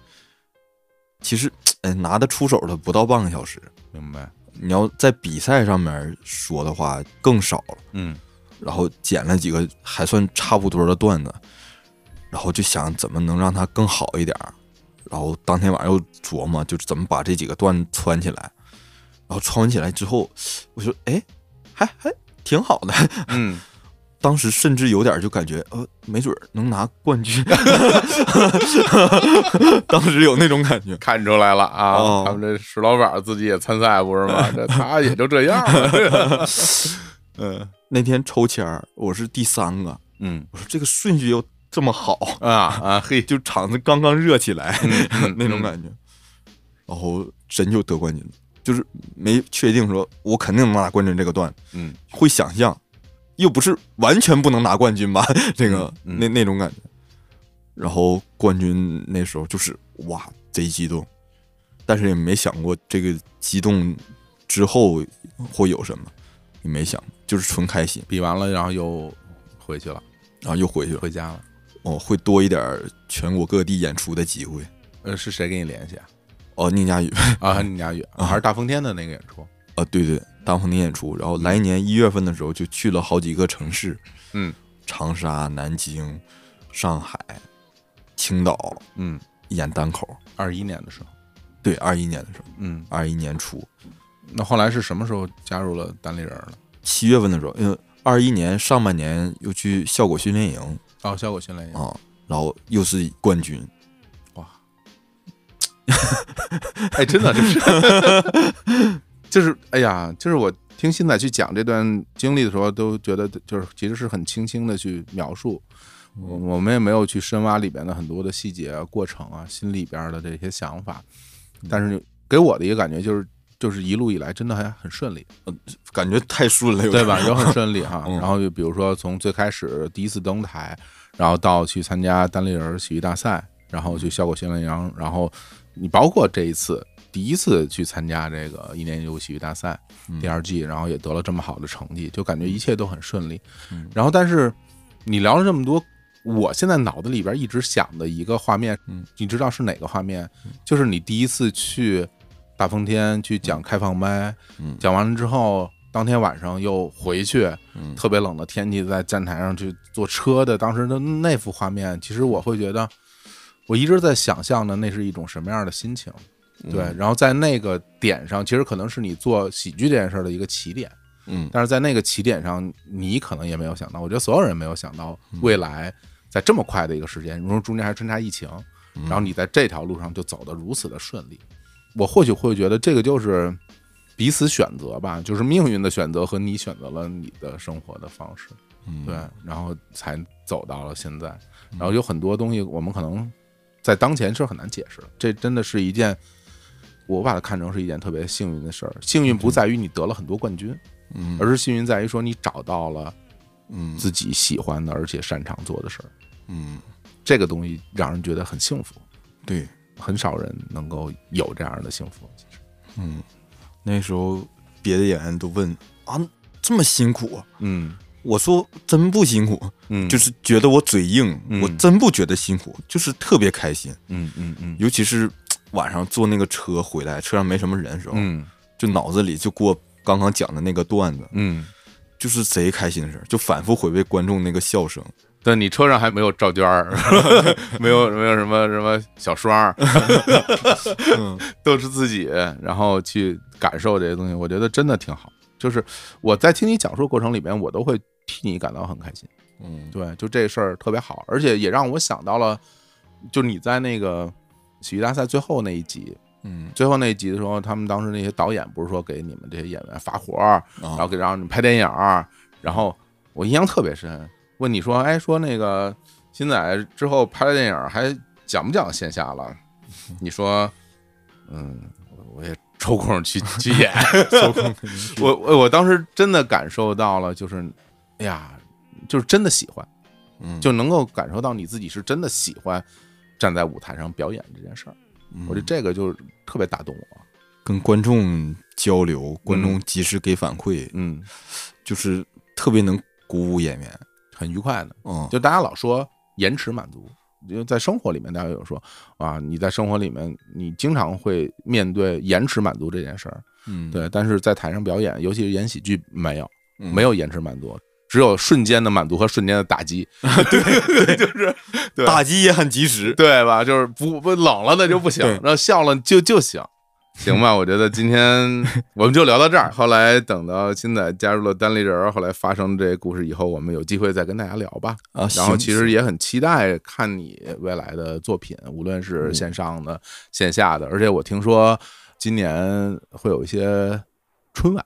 Speaker 1: 其实，哎，拿得出手的不到半个小时。
Speaker 2: 明白。
Speaker 1: 你要在比赛上面说的话更少了。
Speaker 2: 嗯，
Speaker 1: 然后剪了几个还算差不多的段子，然后就想怎么能让它更好一点儿。然后当天晚上又琢磨，就是怎么把这几个段子穿起来。然后穿起来之后，我说，哎，还还挺好的。
Speaker 2: 嗯，
Speaker 1: 当时甚至有点儿就感觉，呃，没准儿能拿冠 军。当时有那种感觉。
Speaker 2: 看出来了啊！
Speaker 1: 哦
Speaker 2: 他们这石老板自己也参赛不是吗？这他也就这样了。嗯
Speaker 1: 那天抽签儿，我是第三个。
Speaker 2: 嗯
Speaker 1: 我说这个顺序又这么好，
Speaker 2: 啊啊嘿，
Speaker 1: 就场子刚刚热起来。
Speaker 2: 嗯
Speaker 1: 那种感觉。然后真就得冠军了，就是没确定说我肯定能拿冠军这个段，
Speaker 2: 嗯
Speaker 1: 会想象，又不是完全不能拿冠军吧， 这个、
Speaker 2: 嗯嗯
Speaker 1: 那那种感觉。然后冠军那时候就是哇，贼激动，但是也没想过这个激动之后会有什么，也没想，就是纯开心，
Speaker 2: 比完了，然后又回去了，
Speaker 1: 然后又回去了。
Speaker 2: 回家了。
Speaker 1: 哦，会多一点儿全国各地演出的机会。
Speaker 2: 呃，是谁跟你联系啊？
Speaker 1: 哦，宁佳宇，
Speaker 2: 啊，宁佳宇
Speaker 1: 啊
Speaker 2: 还是大风天的那个演出？
Speaker 1: 啊，对对，大鹏的演出，然后来年一月份的时候就去了好几个城市，
Speaker 2: 嗯，
Speaker 1: 长沙、南京、上海、青岛
Speaker 2: 嗯，
Speaker 1: 演单口。
Speaker 2: 二一年的时候。
Speaker 1: 对，二一年的时候，
Speaker 2: 嗯，
Speaker 1: 二一年初
Speaker 2: 那后来是什么时候加入了单立人了？
Speaker 1: 七月份的时候，因为二一年上半年又去效果训练营
Speaker 2: 哦，效果训练营。
Speaker 1: 啊，然后又是冠军，
Speaker 2: 哇，哎，真的就是就是， 哎呀，就是我听新仔去讲这段经历的时候，都觉得就是其实是很轻轻的去描述，我我们也没有去深挖里边的很多的细节啊、过程啊、心里边的这些想法，但是给我的一个感觉就是。就是一路以来真的还很顺利，
Speaker 1: 感觉太顺了，有
Speaker 2: 对
Speaker 1: 点
Speaker 2: 吧？
Speaker 1: 儿
Speaker 2: 也很顺利哈。
Speaker 1: 嗯
Speaker 2: 然后就比如说从最开始第一次登台，然后到去参加单立人喜剧大赛，然后去效果训练营，然后你包括这一次第一次去参加这个一年一度喜剧大赛
Speaker 1: 嗯
Speaker 2: 第二季，然后也得了这么好的成绩，就感觉一切都很顺利
Speaker 1: 嗯。
Speaker 2: 然后但是你聊了这么多。我现在脑子里边一直想的一个画面
Speaker 1: 嗯，
Speaker 2: 你知道是哪个画面？就是你第一次去大风天去讲开放麦，
Speaker 1: 嗯
Speaker 2: 讲完了之后，当天晚上又回去，
Speaker 1: 嗯
Speaker 2: 特别冷的天气，在站台上去坐车的，当时的那幅画面，其实我会觉得，我一直在想象的那是一种什么样的心情，
Speaker 1: 嗯
Speaker 2: 对，然后在那个点上，其实可能是你做喜剧这件事儿的一个起点，
Speaker 1: 嗯
Speaker 2: 但是在那个起点上，你可能也没有想到，我觉得所有人没有想到，未来在这么快的一个时间，然后中间还穿插疫情，
Speaker 1: 嗯
Speaker 2: 然后你在这条路上就走得如此的顺利，我或许会觉得这个就是彼此选择吧，就是命运的选择和你选择了你的生活的方式，
Speaker 1: 嗯
Speaker 2: 对，然后才走到了现在，然后有很多东西我们可能在当前是很难解释的，这真的是一件。我把它看成是一件特别幸运的事儿。幸运不在于你得了很多冠军，
Speaker 1: 嗯
Speaker 2: 而是幸运在于说你找到了
Speaker 1: 嗯
Speaker 2: 自己喜欢的而且擅长做的事儿，
Speaker 1: 嗯，
Speaker 2: 这个东西让人觉得很幸福，
Speaker 1: 对，
Speaker 2: 很少人能够有这样的幸福。其实，
Speaker 1: 嗯，那时候别的演员都问啊，这么辛苦啊，
Speaker 2: 嗯
Speaker 1: 我说真不辛苦，
Speaker 2: 嗯
Speaker 1: 就是觉得我嘴硬，
Speaker 2: 嗯
Speaker 1: 我真不觉得辛苦，就是特别开心。
Speaker 2: 嗯嗯嗯
Speaker 1: 尤其是晚上坐那个车回来，车上没什么人的时候，
Speaker 2: 嗯
Speaker 1: 就脑子里就过刚刚讲的那个段子，
Speaker 2: 嗯，
Speaker 1: 就是贼开心的事儿，就反复回味观众那个笑声。
Speaker 2: 但你车上还没有赵娟儿，没有没有什么什么小双儿， 都是自己，然后去感受这些东西，我觉得真的挺好。就是我在听你讲述过程里面，我都会替你感到很开心。
Speaker 1: 嗯
Speaker 2: 对，就这事儿特别好，而且也让我想到了，就你在那个喜剧大赛最后那一集，
Speaker 1: 嗯
Speaker 2: 最后那一集的时候，他们当时那些导演不是说给你们这些演员发活儿，然后
Speaker 1: 啊
Speaker 2: 给让你拍电影儿，然后我印象特别深，问你说，哎，说那个新仔之后拍的电影儿还讲不讲线下了？ 你说，嗯，我我也抽空去去 演， 我我我当时真的感受到了，就是，哎呀，就是真的喜欢。
Speaker 1: 嗯
Speaker 2: 就能够感受到你自己是真的喜欢站在舞台上表演这件事儿。我觉得这个就是特别打动我。
Speaker 1: 嗯跟观众交流，观众及时给反馈，
Speaker 2: 嗯，
Speaker 1: 就是特别能鼓舞演员。
Speaker 2: 很愉快的。
Speaker 1: 嗯，
Speaker 2: 就大家老说延迟满足，因为在生活里面，大家有说啊，你在生活里面你经常会面对延迟满足这件事儿。
Speaker 1: 嗯，
Speaker 2: 对，但是在台上表演，尤其是演喜剧，没有
Speaker 1: 嗯
Speaker 2: 没有延迟满足。只有瞬间的满足和瞬间的打击，对
Speaker 1: 打击也很及时。
Speaker 2: 对吧？就是不不冷了那就不行，
Speaker 1: 对
Speaker 2: 然后笑了就就 行，行吧？我觉得今天我们就聊到这儿。后来等到新仔加入了单立人儿，后来发生这故事以后，我们有机会再跟大家聊吧。
Speaker 1: 啊，
Speaker 2: 然后
Speaker 1: 行
Speaker 2: 其实也很期待看你未来的作品，无论是线上的、线下的，而且我听说今年会有一些春晚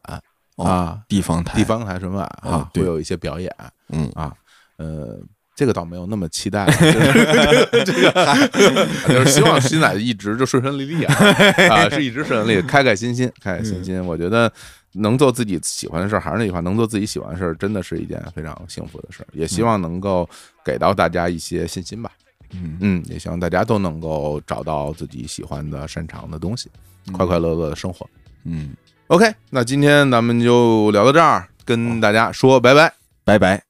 Speaker 1: 哦
Speaker 2: 啊，
Speaker 1: 地方台
Speaker 2: 地方台春晚啊
Speaker 1: 哦，
Speaker 2: 会
Speaker 1: 对
Speaker 2: 有一些表演
Speaker 1: 嗯
Speaker 2: 啊，呃。这个倒没有那么期待 了，就是这个就是希望新仔一直就顺顺利利 啊，啊，是一直顺顺利，利，开开心心，开开心心。
Speaker 1: 嗯
Speaker 2: 我觉得能做自己喜欢的事儿，还是那句话，能做自己喜欢的事儿，真的是一件非常幸福的事儿。也希望能够给到大家一些信心吧。
Speaker 1: 嗯
Speaker 2: 嗯，也希望大家都能够找到自己喜欢的、擅长的东西，快快乐乐的生活。
Speaker 1: 嗯，
Speaker 2: OK，那今天咱们就聊到这儿，跟大家说拜拜。
Speaker 1: 拜拜。